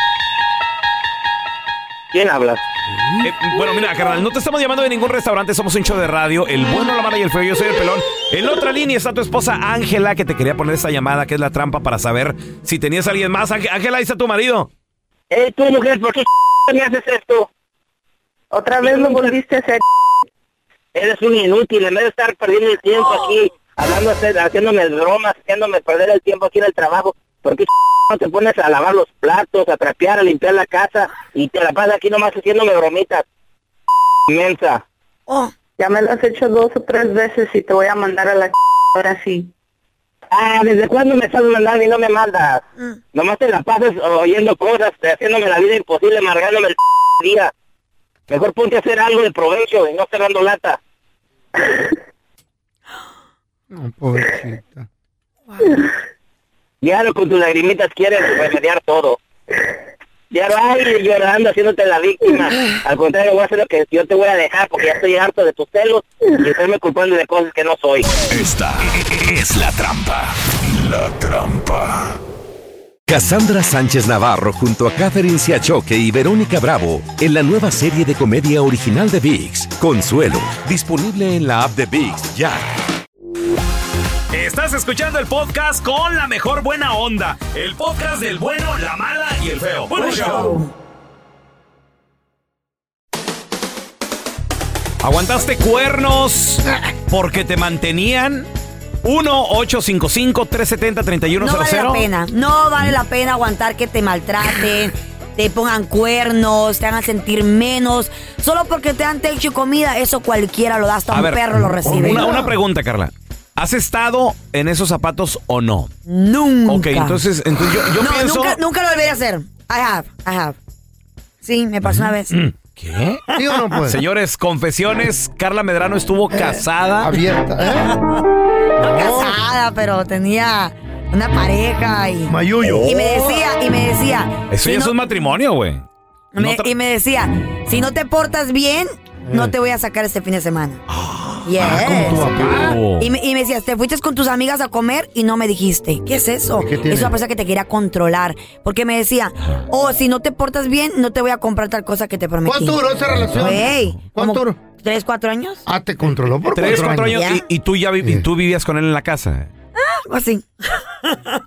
¿Quién habla? Eh, bueno, mira, carnal, no te estamos llamando de ningún restaurante, somos un show de radio. El bueno, la mala y el feo, yo soy el pelón. En la otra línea está tu esposa Ángela, que te quería poner esta llamada, que es la trampa para saber si tenías a alguien más. Ángel- Ángela, ahí está tu marido. Eh, tú, mujer, ¿por qué me haces esto? Otra vez lo volviste a hacer. Eres un inútil, en vez de estar perdiendo el tiempo aquí, hablando, haciéndome bromas, haciéndome perder el tiempo aquí en el trabajo, ¿por qué no te pones a lavar los platos, a trapear, a limpiar la casa y te la pasas aquí nomás haciéndome bromitas? Mensa. Oh. Ya me lo has hecho dos o tres veces y te voy a mandar a la c- ahora sí. Ah, ¿desde cuándo me estás mandando y no me mandas? Nomás te la pasas oyendo cosas, te- haciéndome la vida imposible, amargándome el (laughs) día. Mejor ponte a hacer algo de provecho y no estar dando lata. No, pobrecita. Diario con tus lagrimitas quieres remediar todo. Diario, ay, llorando, haciéndote la víctima. Al contrario, voy a hacer lo que yo te voy a dejar porque ya estoy harto de tus celos y estarme culpando de cosas que no soy. Esta es la trampa. La trampa. Cassandra Sánchez Navarro junto a Catherine Siachoque y Verónica Bravo en la nueva serie de comedia original de VIX, Consuelo, disponible en la app de VIX ya. Estás escuchando el podcast con la mejor buena onda. El podcast del bueno, la mala y el feo. Bueno, show. ¿Aguantaste cuernos (laughs) porque te mantenían? 1-855-370-3100. (laughs) No vale la pena, no vale la pena aguantar que te maltraten, te pongan cuernos, te hagan sentir menos, solo porque te dan techo y comida, eso cualquiera lo da, hasta un perro lo recibe. Una, una pregunta, Carla. ¿Has estado en esos zapatos o no? Nunca. Ok, entonces, entonces yo, yo no, pienso. nunca, nunca lo volveré a hacer. I have, I have. Sí, me pasó Mm, una vez. ¿Qué? ¿Sí o no, pues? ¿Eh? Señores, confesiones. Carla Medrano estuvo casada. Eh, Abierta, No casada, pero tenía una pareja y. Mayuyo. Y me decía, y me decía. Eso si ya no- es un matrimonio, güey. me- Y me decía, si no te portas bien, Eh. no te voy a sacar este fin de semana. Yes. Ah, Ah, Oh. Y me, y me decías, te fuiste con tus amigas a comer y no me dijiste. ¿Qué es eso? ¿Qué tiene? es una persona que te quería controlar. Porque me decía, oh, si no te portas bien, no te voy a comprar tal cosa que te prometí. ¿Cuánto duró esa relación? Güey, ¿Cuánto como ¿Tres, cuatro años? Ah, te controló por Eh. Tres, cuatro años. Ya. Y, y tú ya vi- y tú vivías con él en la casa. Algo así.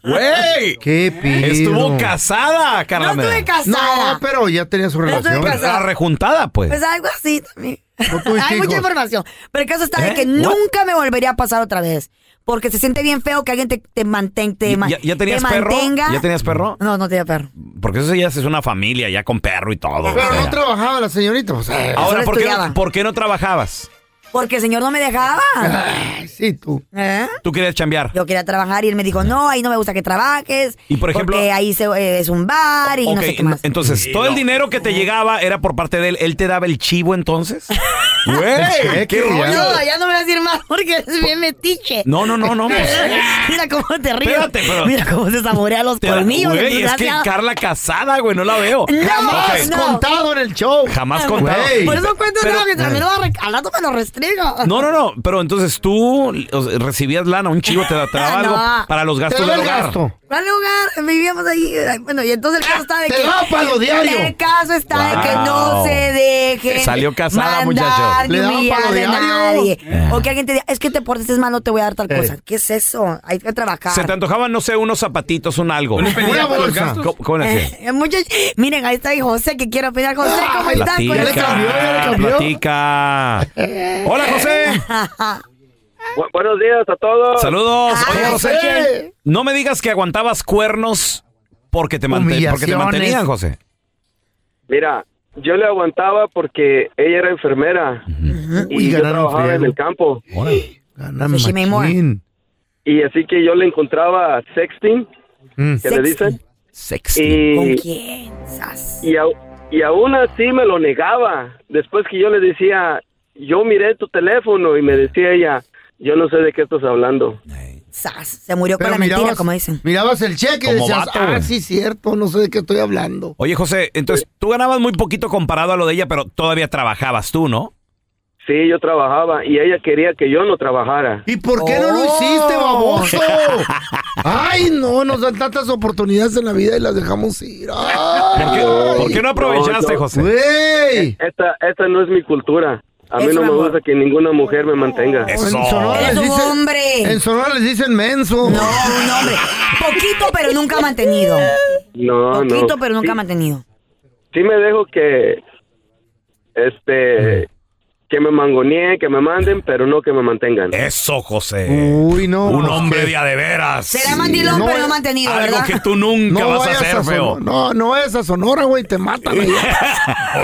¡Güey! ¡Qué pido! Estuvo casada, Carla No estuve Medrano. casada. No, pero ya tenía su estuve relación. casada. La rejuntada, pues. Pues algo así también. tuviste Hay mucha hijos. información. Pero el caso está de ¿Eh? que What? nunca me volvería a pasar otra vez. Porque se siente bien feo que alguien te, te, manten- te, ma- ¿Ya, ya tenías te perro? mantenga. ¿Ya tenías perro? No, no tenía perro. Porque eso ya es una familia, ya con perro y todo. o Pero sea. no trabajaba la señorita. pues, eh. Ahora, solo ¿por qué, estudiaba. no, por qué no trabajabas? Porque el señor no me dejaba. Ah. sí, tú. ¿Eh? Tú querías chambear. Yo quería trabajar y él me dijo, no, ahí no me gusta que trabajes. Y, por ejemplo- Porque ahí se- eh, es un bar y no Ok, sé qué más. Entonces, Sí, todo no. el dinero que te llegaba era por parte de él. ¿Él te daba el chivo entonces? ¡Güey! ¡Eh! ¡Qué rollo! No, ya no me voy a decir más porque es bien metiche. No, no, no, no, pues. (laughs) Mira cómo te ríes. Espérate, pero- (laughs) Mira cómo se saborea los Te da- colmillos. Güey, es que desgraciado. Carla casada, güey, no la veo. No, Ok. no. Contado en el show. Jamás contado. Por eso cuento Pero- nada, que también lo va a re- al rato me lo restriego. No, no, no, pero entonces tú o sea, recibías lana, un chivo te da te daba (laughs) No. algo para los gastos Te daba del el hogar. gasto. ¿Cuál lugar? Vivíamos ahí. eh, Bueno, y entonces el caso está de te que. daba pa' lo diario. El caso está de que no Wow. se deje. Salió casada, muchacho. Le Le daba pa' lo Ah, de diario. nadie. Eh. O que alguien te diga, es que te portes mal, no te voy a dar tal Eh. cosa. ¿Qué es eso? Hay que trabajar. Se te antojaban, no sé, unos zapatitos, un algo. Una por los bolsa. gastos. ¿Cómo, cómo le hacías? Eh, muchachos, miren, ahí está ahí José que quiere Ah, opinar. José, ¿cómo estás? Platica, platica. Eh. Hola, (laughs) José. Bu- buenos días a todos. Saludos. Ah, Ay, Oye, José, José. no me digas que aguantabas cuernos porque te, mante- porque te Humillaciones. mantenían, José. Mira, yo le aguantaba porque ella era enfermera y Uy, yo ganaron trabajaba en friego. el campo. Ganan Sí, me muero. machín. Y así que yo le encontraba sexting, Mm. que le dicen. Sexting. ¿Con quién? Y, au- y aún así me lo negaba. Después que yo le decía, yo miré tu teléfono y me decía ella, yo no sé de qué estás hablando. Sas, se murió con Pero la mentira, como dicen. Mirabas el cheque y Como decías, vato, ah, güey. sí, cierto, no sé de qué estoy hablando. Oye, José, entonces tú ganabas muy poquito comparado a lo de ella, pero todavía trabajabas tú, ¿no? Sí, yo trabajaba y ella quería que yo no trabajara. ¿Y por qué no Oh. lo hiciste, baboso? Ay, no, nos dan tantas oportunidades en la vida y las dejamos ir. Ay. ¿Por qué, por qué no aprovechaste, No, yo- José? Güey. Esta, esta no es mi cultura. A mí Es no mi me amor. gusta que ninguna mujer me mantenga. En Sonora Eres les un dicen- hombre. En Sonora les dicen menso. No, un hombre. Poquito, pero nunca mantenido. Ah, No, no. Poquito, pero nunca Sí- mantenido. Sí me dejo que, este, que me mangoneen, que me manden, pero no que me mantengan. Eso, José. Uy, no. Un hombre de a de veras. Será mandilón, pero no mantenido, Algo ¿verdad? que tú nunca No vas a vayas hacer, a feo. Sonora. No, no es a Sonora, güey, te matan. (laughs) ahí.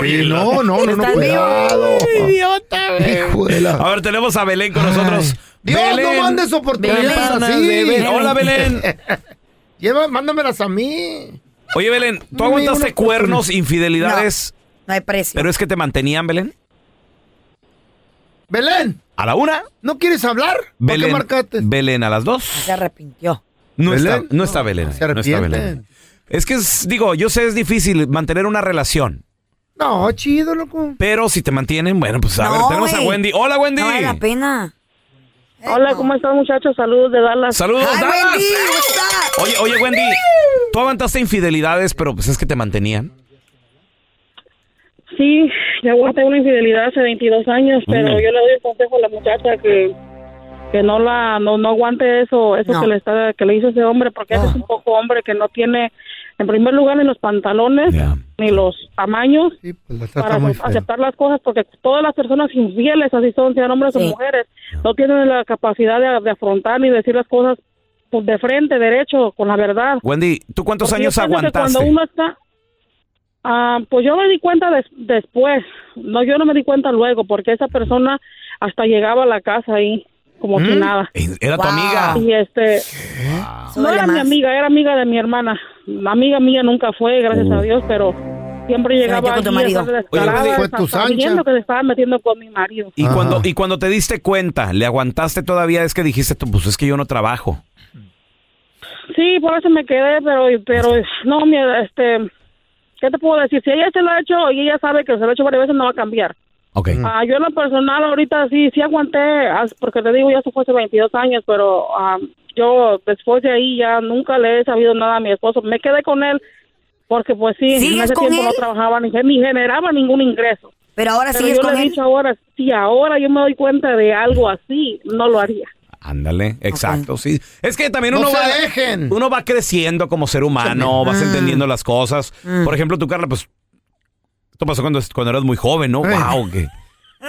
Oye, no, no, no, no, Estás cuidado. Idiota, Hijo de la- A ver, tenemos a Belén con nosotros. Dios, no mandes oportunidades Belén, así. Belén. Hola, Belén. (laughs) Lleva, mándamelas a mí. Oye, Belén, ¿tú Dame una aguantaste oportunidad. cuernos, infidelidades, No hay precio. pero es que te mantenían, Belén? Belén, ¿A la una? ¿no quieres hablar? ¿Por qué Belén, marcaste? Belén a las dos. Se arrepintió. No, Belén, está, no está Belén. se no está arrepienten. Belén. Es que, es- digo, yo sé es difícil mantener una relación, No, chido, loco. pero si te mantienen, bueno, pues a No, ver, tenemos güey. a Wendy. Hola, Wendy. No vale la pena. Hola, ¿cómo están muchachos? Saludos de Dallas. Saludos, Ay, Dallas. Wendy, what's up? Oye, oye, Wendy, tú aguantaste infidelidades, pero pues es que te mantenían. Sí, yo aguanté una infidelidad hace 22 años, pero Mm. yo le doy el consejo a la muchacha que que no la no, no aguante eso eso No. que le está que le hizo ese hombre porque ese es un poco hombre que no tiene en primer lugar ni los pantalones ni los tamaños para ace- aceptar las cosas porque todas las personas infieles así son sean hombres o Sí. mujeres no tienen la capacidad de, de afrontar ni decir las cosas pues, de frente derecho con la verdad Wendy, ¿tú cuántos Porque yo años pienso que aguantaste? Cuando uno está, Ah, pues yo me di cuenta des- después, no, yo no me di cuenta luego, porque esa persona hasta llegaba a la casa ahí, como si ¿Mm? nada. Era tu amiga. Y este, no Súbele era mi más. amiga, era amiga de mi hermana. La amiga mía nunca fue, gracias a Dios, pero siempre llegaba metió con tu ahí, marido. esas Uh. Oye, descaradas, fue hasta tu Sancha. sabiendo que se estaba metiendo con mi marido. Y cuando, y cuando te diste cuenta, ¿le aguantaste todavía? Es que dijiste, tú, pues es que yo no trabajo. Sí, por eso me quedé, pero, pero no, mira, este, ¿qué te puedo decir? Si ella se lo ha hecho y ella sabe que se lo ha hecho varias veces, no va a cambiar. Okay. Ah, yo en lo personal ahorita sí, sí aguanté, ah, porque te digo, ya se fue hace 22 años, pero ah, yo después de ahí ya nunca le he sabido nada a mi esposo. Me quedé con él porque pues sí, en ¿Sigues ese con tiempo no él? trabajaba ni, ni generaba ningún ingreso. Pero ahora sí sigues yo con le he él. dicho ahora, si ahora yo me doy cuenta de algo así, no lo haría. Ándale, exacto, sí. Es que también No uno se va uno va creciendo como ser humano, vas entendiendo las cosas. Mm. Por ejemplo, tú Carla, pues esto pasó cuando, cuando eras muy joven, ¿no? Wow, que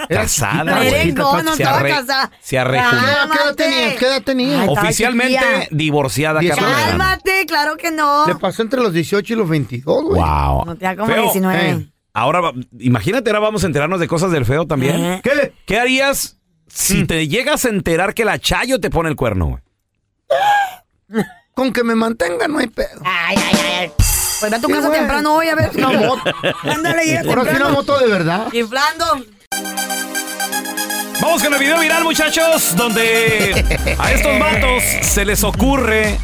casada, Era güey. chiquita, Ah. no, no Se estaba arre- casada. Se arrejó. Cálmate. ¿Qué edad tenías? ¿Qué edad tenías? Ay, estaba Oficialmente chiquilla. divorciada, Carla. Cálmate, claro que no. Le pasó entre los 18 y los 22, güey. Wow. No te da como Feo. 19. Eh. Ahora, va- imagínate, ahora vamos a enterarnos de cosas del feo también. Ajá. ¿Qué, le- qué harías si te llegas a enterar que la Chayo te pone el cuerno, güey? Con que me mantenga no hay pedo. Ay, ay, ay. Pues ve a tu Sí, casa güey. temprano hoy, a ver. Una moto. (laughs) Ándale, llega Ahora sí una temprano. moto de verdad. Inflando. Vamos con el video viral, muchachos, donde a estos vatos se les ocurre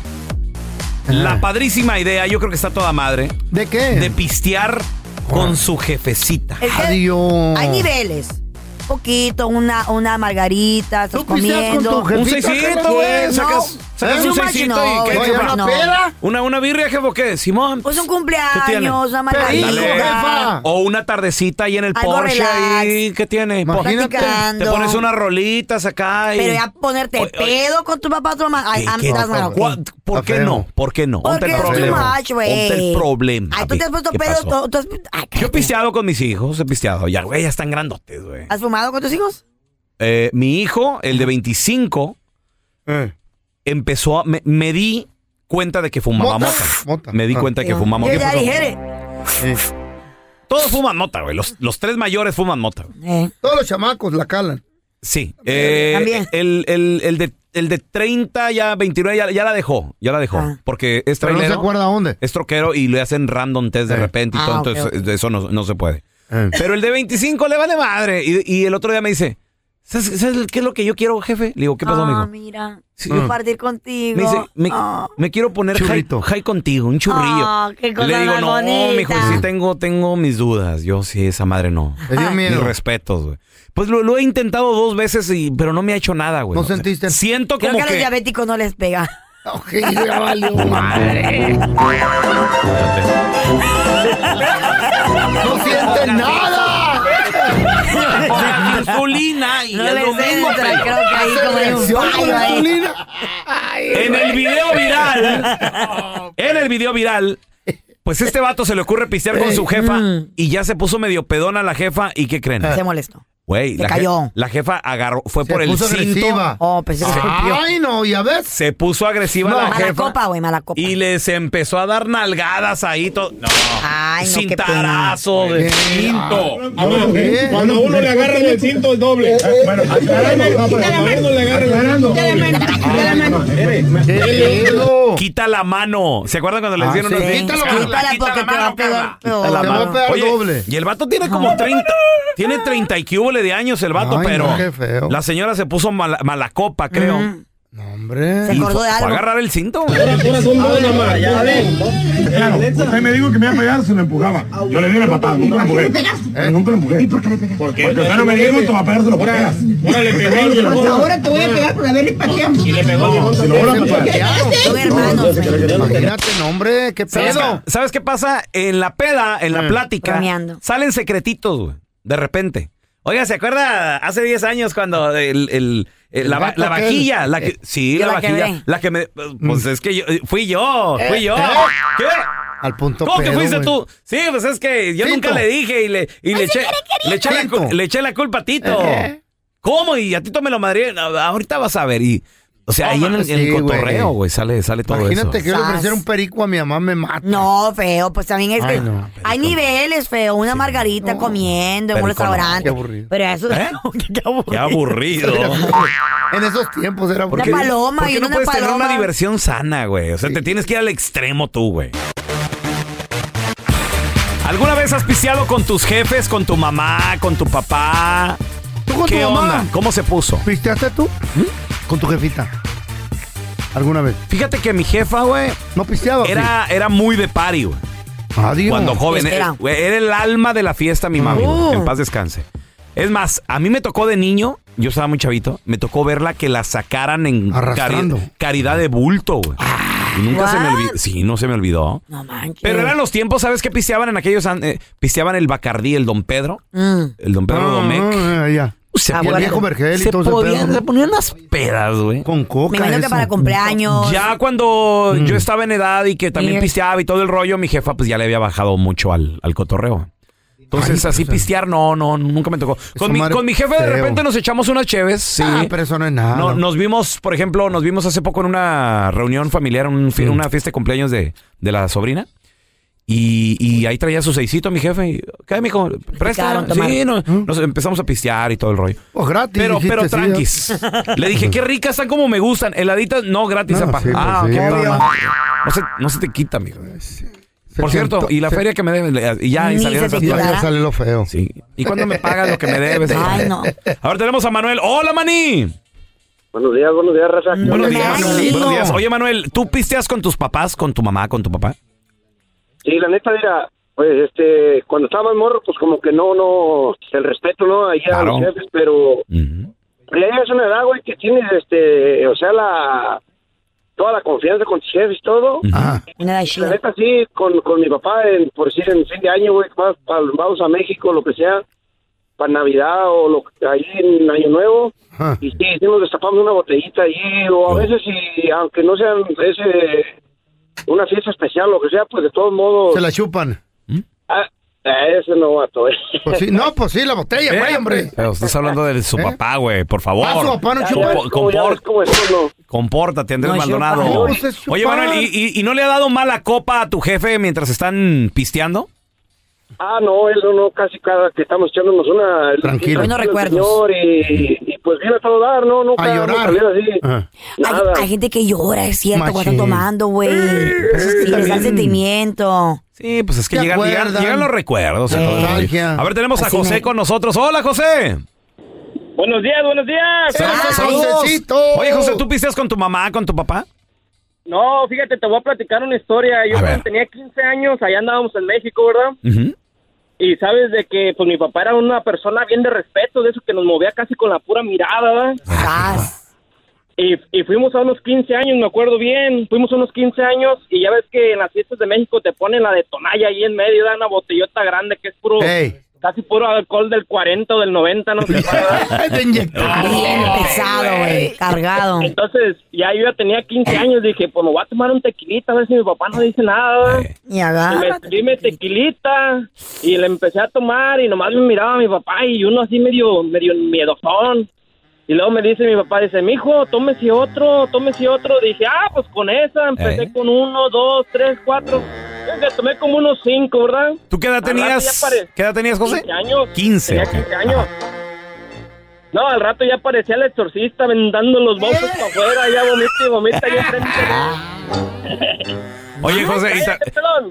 la padrísima idea, yo creo que está toda madre. Ah. ¿De qué? De pistear con su jefecita. Es que Adiós. Ah. Hay niveles. Un poquito, una, una margarita, estás pisteas con comiendo. tu jefita, Un seisito, Carla? güey, No, sacas- sacas too un much, seisito no, y ¿qué, no, jefa? no, no. Una, una birria, jefe, ¿o qué? Simón. Pues un ¿Qué tiene? cumpleaños, una margarita. Dale. O una tardecita ahí en el Algo Porsche. relax. Ahí, ¿Qué tiene? Po- Imagínate. Te pones unas rolitas acá. Y... Pero ya ponerte pedo con tu papá o tu mamá. Ay, I'm- ¿Qué? estás mal, ¿ok? ¿Cuá- ¿Por qué no? ¿Por qué no? Ponte Porque el es too problema. much, güey. Ponte el problema. Ay, tú te has puesto ¿Qué pedo. pasó? tú- tú has- ay, Yo he pisteado con mis hijos, he pisteado. Ya, güey, ya están grandotes, güey. ¿Has fumado con tus hijos? Eh, mi hijo, el de 25, empezó a. Me, me di cuenta de que fumaba Mota. mota. Me di Ah. cuenta que fumaba Yo mota. ya dije, Todos fuman mota, güey. Los, los tres mayores fuman mota. güey. Todos los chamacos la calan. Sí. Eh, También. El, el- el de, el de 30, ya 29, ya, ya la dejó. Ya la Ah. dejó. Porque es Pero no se trailero, acuerda dónde. es troquero y le hacen random test de repente y Ah, todo. ok, Entonces, ok. de eso no, no se puede. Eh. (laughs) Pero el de 25 le vale madre. Y, y el otro día me dice, ¿sabes, sabes qué es lo que yo quiero, jefe? Le digo, ¿qué pasó, Ah, amigo? mira. Sí. Compartir Me dice, contigo. me, me quiero poner high, high contigo, un churrillo. Ah, qué cosa Le digo, más no, bonita". mijo, sí tengo, tengo mis dudas. Yo sí, esa madre no. Le dio miedo. Mis respetos, güey. Pues lo, lo he intentado dos veces, y, pero no me ha hecho nada, güey. ¿No O sea, sentiste? Siento Creo como que a los que... diabéticos no les pega. Ok, (laughs) ya valió. Madre. ¡No sientes nada! Pongan insulina y No es les lo mismo, entra, pero- creo que ahí como hay un Inyección fallo con ahí. insulina. En el video viral. En el video viral. Pues este vato se le ocurre pistear con su jefa y ya se puso medio pedona la jefa y ¿qué creen? Se molestó. Güey, Se la, je- cayó. la jefa agarró, fue por el puso cinto. agresiva. Oh, pensé que se escupió. Ay, no, ya ves. Se puso agresiva la Mala jefa copa, güey, mala copa. y les empezó a dar nalgadas ahí todo. No. Ay, no, qué pena. Cintarazo de cinto. Ah, Cuando uno le agarra el cinto es doble. Bueno, no le agarra Quita la mano. ¿Se acuerdan cuando les Ah, dieron sí. los Quítala, Quítala porque te va a pegar peor. la Te mano. voy a pegar Oye, doble. Y el vato tiene como 30. Tiene 30 y cúbole de años el vato, Ay, pero. no, qué feo. La señora se puso mala, mala copa, creo. Hombre. Se Y acordó fue- fue de a algo. agarrar el cinto. Claro, usted me dijo que me iba a pegar, se lo empujaba. Yo le di una patada, nunca lo empujé. Eh, Nunca lo empujé. ¿Y por qué le pegaste? Porque usted no me dijo, te va a pegar, se lo pegas. Ahora le pegó y se lo pegó. Ahora te voy a pegar por haberle pateado. Y le pegó. Se lo vuelvo a patear. Son hermanos. Imagínate, no, hombre, qué ¿Sabes, pedo. Mm. qué- sabes qué pasa? En la peda, en la plática, Bromeando. salen secretitos, güey, de repente. Oiga, ¿se acuerda hace 10 años cuando el, el- el- la, va- gato la aquel. eh, Mm. vajilla? La que, sí, Yo la, la vajilla. quebré. La que me. Pues es que yo. Fui yo, fui yo. Eh, ¿Qué? Al punto ¿Cómo que pedo, fuiste güey. tú? Sí, pues es que yo Tito. nunca le dije y le, y le eché, le, eché la, cul- Tito. Eh, le eché la culpa a Tito. Ejé. ¿Cómo? Y a Tito me lo madré. Ahorita vas a ver. Y O sea, ahí en el, en el Sí, güey. cotorreo, güey, sale, sale todo Imagínate eso. que yo le ofreciera un perico a mi mamá, me mata. No, feo, pues también es Ay, que no, hay niveles, feo. Una margarita Oh. comiendo en un Perico no, restaurante. qué aburrido. Pero eso ¿Eh? qué aburrido. Qué aburrido. en esos tiempos era Una qué- paloma ¿por y qué no una puedes tener paloma. una diversión sana, güey? O sea, te tienes que ir al extremo tú, güey. ¿Alguna vez has pisteado con tus jefes, con tu mamá, con tu papá? con ¿Qué tu mamá? onda? ¿Cómo se puso? ¿Mm? ¿Pisteaste tú? ¿Con tu jefita? ¿Alguna vez? Fíjate que mi jefa, güey. No pisteaba. Era, era muy de party, güey. Adiós. Cuando joven, Pues era, era. güey, era el alma de la fiesta, mi mami. Oh. güey. En paz descanse. Es más, a mí me tocó de niño, yo estaba muy chavito, me tocó verla que la sacaran en cari- Arrastrando. caridad de bulto, güey. Y nunca se me what? olvidó. Sí, no se me olvidó. Ah, No manches. Pero eran los tiempos, ¿sabes qué pisteaban en aquellos? an- eh, pisteaban el Bacardí, el Don Pedro, Mm. el Don Ah. Pedro Domecq. ya. Se Ah, podía- el viejo Vergel y Mm. se todo ese podía- pedo. se ponían unas pedas, güey. Con coca. Mm. Me imagino que para cumpleaños. Ya cuando yo estaba en edad y que también Sí. pisteaba y todo el rollo, mi jefa pues ya le había bajado mucho al, al cotorreo. Entonces así pistear, no, no, nunca me tocó. Con mi, madre con mi jefe de feo. repente nos echamos unas cheves, sí. Ah, pero eso no es nada. No, nos vimos, por ejemplo, nos vimos hace poco en una reunión familiar, un Mm. fi- una fiesta de cumpleaños de, de la sobrina. Y, y ahí traía su seisito mi jefe. Y, ¿Qué, mijo? Presta. Platicaron, tomaron. Sí, no- nos empezamos a pistear y todo el rollo. Pues gratis. Pero, dijiste, pero sí, tranquis. ya. Le dije, qué ricas están como me gustan. Heladitas, no, gratis, No, apa. sí, ah, pues ok, sí. no, no. No se, no se te quita, amigo. Por Se cierto, sentó- y la se- feria que me deben, le- y ya ahí Ni salieron se te esas quitara. cosas. Ya sale lo feo. Sí. ¿Y cuándo me pagas lo que me (laughs) debes? Ay, no. Ahora tenemos a Manuel. ¡Hola, Maní! Buenos días, buenos días, raza. Buenos días, Manuel. Buenos días. Oye, Manuel, ¿tú pisteas con tus papás, con tu mamá, con tu papá? Sí, la neta, mira, pues, este, cuando estaba en morro, pues como que no, no, el respeto, ¿no? Allá a los Claro. jefes, pero ya llegas a una edad, güey, que tienes, este, o sea, la, toda la confianza con tus jefes y todo. La neta, sí, con, con mi papá, en, por decir, en fin de año, güey, vas pa- vamos a México, lo que sea, para Navidad o lo que- ahí en Año Nuevo. Y sí, sí nos destapamos una botellita ahí, Oh. o a veces, y, aunque no sea ese, una fiesta especial, lo que sea, pues de todos modos. Se la chupan. Ah, ese no vato, eh. Pues sí, no, pues sí, la botella, (laughs) güey, hombre. ¿Eh? ¿Eh? Pero estás hablando de su papá, güey, por favor. Ah, su papá no Compo- chupa. compor- Ya ves Compórtate, Andrés No es Maldonado. chupar, no, pues es chupar. Oye, Manuel, ¿y, y, y no le ha dado mala copa a tu jefe mientras están pisteando? Ah, no, él no, no, casi cada que estamos echándonos una... Tranquilo. Buenos Buenos recuerdos. Señor, y, y pues viene a todo dar, no, nunca, A llorar. nunca salió así. (laughs) Ah. Hay, Nada. hay gente que llora, es cierto, cuando Machín. están tomando, güey. Pues Sí, les da el sentimiento. Sí, pues Es que ¿Te llegan, llegan- acuerdan? llegan los recuerdos. a Eh. todo. Nostalgia. A ver, tenemos a Así José me- con nosotros. Hola, José. Buenos días, buenos días. Saludos, saludos. Oye, José, ¿tú pisteas con tu mamá, con tu papá? No, fíjate, te voy a platicar una historia. Yo cuando tenía 15 años, allá andábamos en México, ¿verdad? Y sabes de que, pues mi papá era una persona bien de respeto, de eso que nos movía casi con la pura mirada, ¿verdad? Y, y fuimos a unos 15 años, me acuerdo bien. Fuimos a unos 15 años y ya ves que en las fiestas de México te ponen la de Tonaya ahí en medio, dan una botellota grande que es puro, casi puro alcohol del 40 o del 90, no sé. Bien pesado, güey. Cargado. Entonces, ya yo ya tenía 15 años, dije, pues me voy a tomar un tequilita, a ver si mi papá no dice nada. Y Y me agarra. dime tequilita y le empecé a tomar y nomás me miraba mi papá y uno así medio, medio miedosón. Y luego me dice mi papá, dice, mijo, tómese otro, tómese otro. Dije, ah, pues con esa. Empecé Eh. con uno, dos, tres, cuatro. Yo ya tomé como unos cinco, ¿verdad? ¿Tú qué edad Al rato tenías? ya pare- ¿Qué edad tenías, José? 15 años. 15, Tenía ok. 15 años. No, al rato ya parecía el exorcista vendando los bolsos para afuera, ya vomita y vomita y (laughs) Oye, José, y, ta-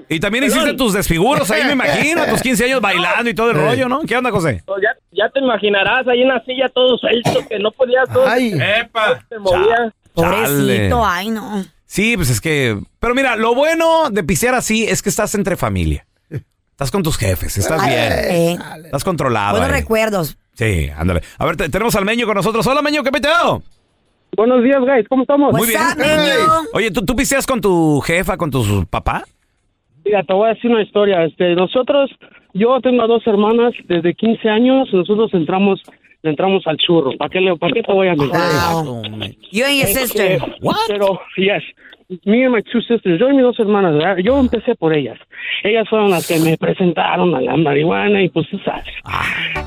y también hiciste tus desfiguros (laughs) ahí, me imagino, a (laughs) tus 15 años bailando y todo el Eh. rollo, ¿no? ¿Qué onda, José? Pues ya, ya te imaginarás ahí en la silla todo suelto, que no podías todo. Ay. ¡Epa! Te movía. Pobrecito, ay, no. Sí, pues es que. Pero mira, lo bueno de pisear así es que estás entre familia. Estás con tus jefes, estás Ay, bien. Ah, eh, Estás controlado. buenos ahí. recuerdos. Sí, ándale. A ver, te- tenemos al Meño con nosotros. Hola, Meño, ¿qué peteo? Buenos días, guys. ¿Cómo estamos? Muy bien. Eh, Oye, ¿tú, ¿tú pisteas con tu jefa, con tu papá? Mira, te voy a decir una historia. Este, nosotros, yo tengo a dos hermanas desde 15 años. Nosotros entramos, le entramos al churro. ¿Para qué, le- para qué te voy a mentir? You and your sister. Pero, yes. me and my two sisters, yo y mis dos hermanas, ¿verdad? yo empecé por ellas. Ellas fueron las que me presentaron a la marihuana y pues tú sabes.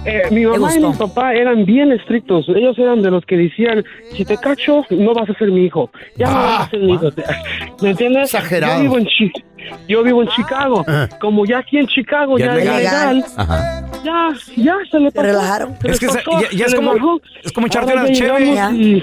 Eh, mi mamá y mi papá eran bien estrictos. Ellos eran de los que decían, si te cacho, no vas a ser mi hijo. Ya no vas a ser mi hijo. ¿Me entiendes? Exagerado. Yo vivo en, Chi- yo vivo en Chicago. Ah. Como ya aquí en Chicago Ah. ya, es legal, Ajá. ya, ya se le pasó. relajaron. Se Es les que se- pasó, ya- ya se es les como- bajó. es como echarte Ahora una ya cheve. llegamos y-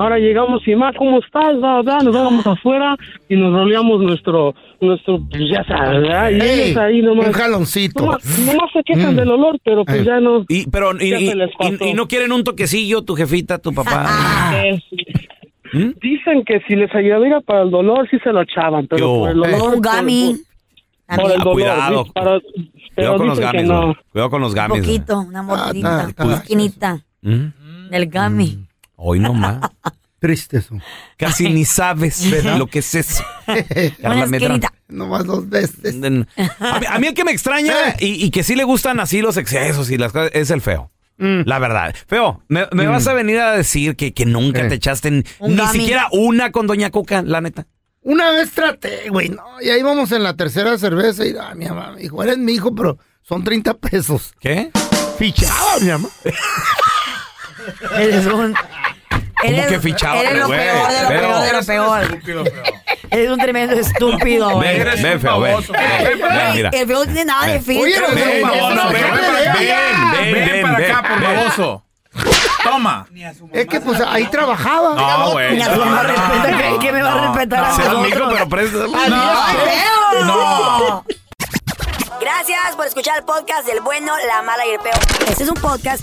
Ahora llegamos y más, ¿cómo estás? Da, da, nos vamos afuera y nos roleamos nuestro, nuestro, pues ya sabes, ¿verdad? Y Ey, ellos ahí nomás. un jaloncito. Nomás, nomás se quejan Mm. del olor, pero pues Eh. ya no. Y, pero, y, Ya y- se les y- pasó. y no quieren un toquecillo, tu jefita, tu papá. Ah. Eh, ¿Mm? Dicen que si les ayudara para el dolor, sí se lo echaban, pero Yo. por el Eh. dolor. Un gummy. Por, por el Ah, dolor. cuidado. di- para- pero Cuidado con los dicen que gamis, no. güey. Cuidado con los gamis. güey. Poquito, una Ah, mordidita, una esquinita ¿Mm? del gummy. Hoy no más. Triste eso. Casi ni (laughs) sabes ¿Verdad? lo que es eso. Una (laughs) Carla Medrano. esquinita. Nomás dos (laughs) veces. A mí, a mí el que me extraña y, y que sí le gustan así los excesos y las cosas es el feo. La verdad. Feo, me, me Mm. vas a venir a decir que, que nunca te echaste ni Un gummy. siquiera una con Doña Cuca, la neta. Una vez traté, güey, no, y ahí vamos en la tercera cerveza y ah, mi mamá me dijo, eres mi hijo, pero son 30 pesos. ¿Qué? Fichaba, mi mamá. (laughs) Eres un... Como Eres- que fichaba, eres lo güey. peor, de lo Feo. peor, de lo peor. Eres un tremendo estúpido, güey. Ven, ven, feo, ven. Ven, ven, mira. El feo no tiene nada de Ven. filtro. Oye, no, güey. no, no, no, ven, ven, ven, ven, para ven, acá, por ven. baboso. Toma. Es que pues ahí trabajaba. No, güey. Ni a su mamá respeta, ¿cree que me va a respetar a Seas nosotros? mi hijo, pero presta. Adiós, feo. No. Gracias por escuchar el podcast del bueno, la mala y el peor. Este es un podcast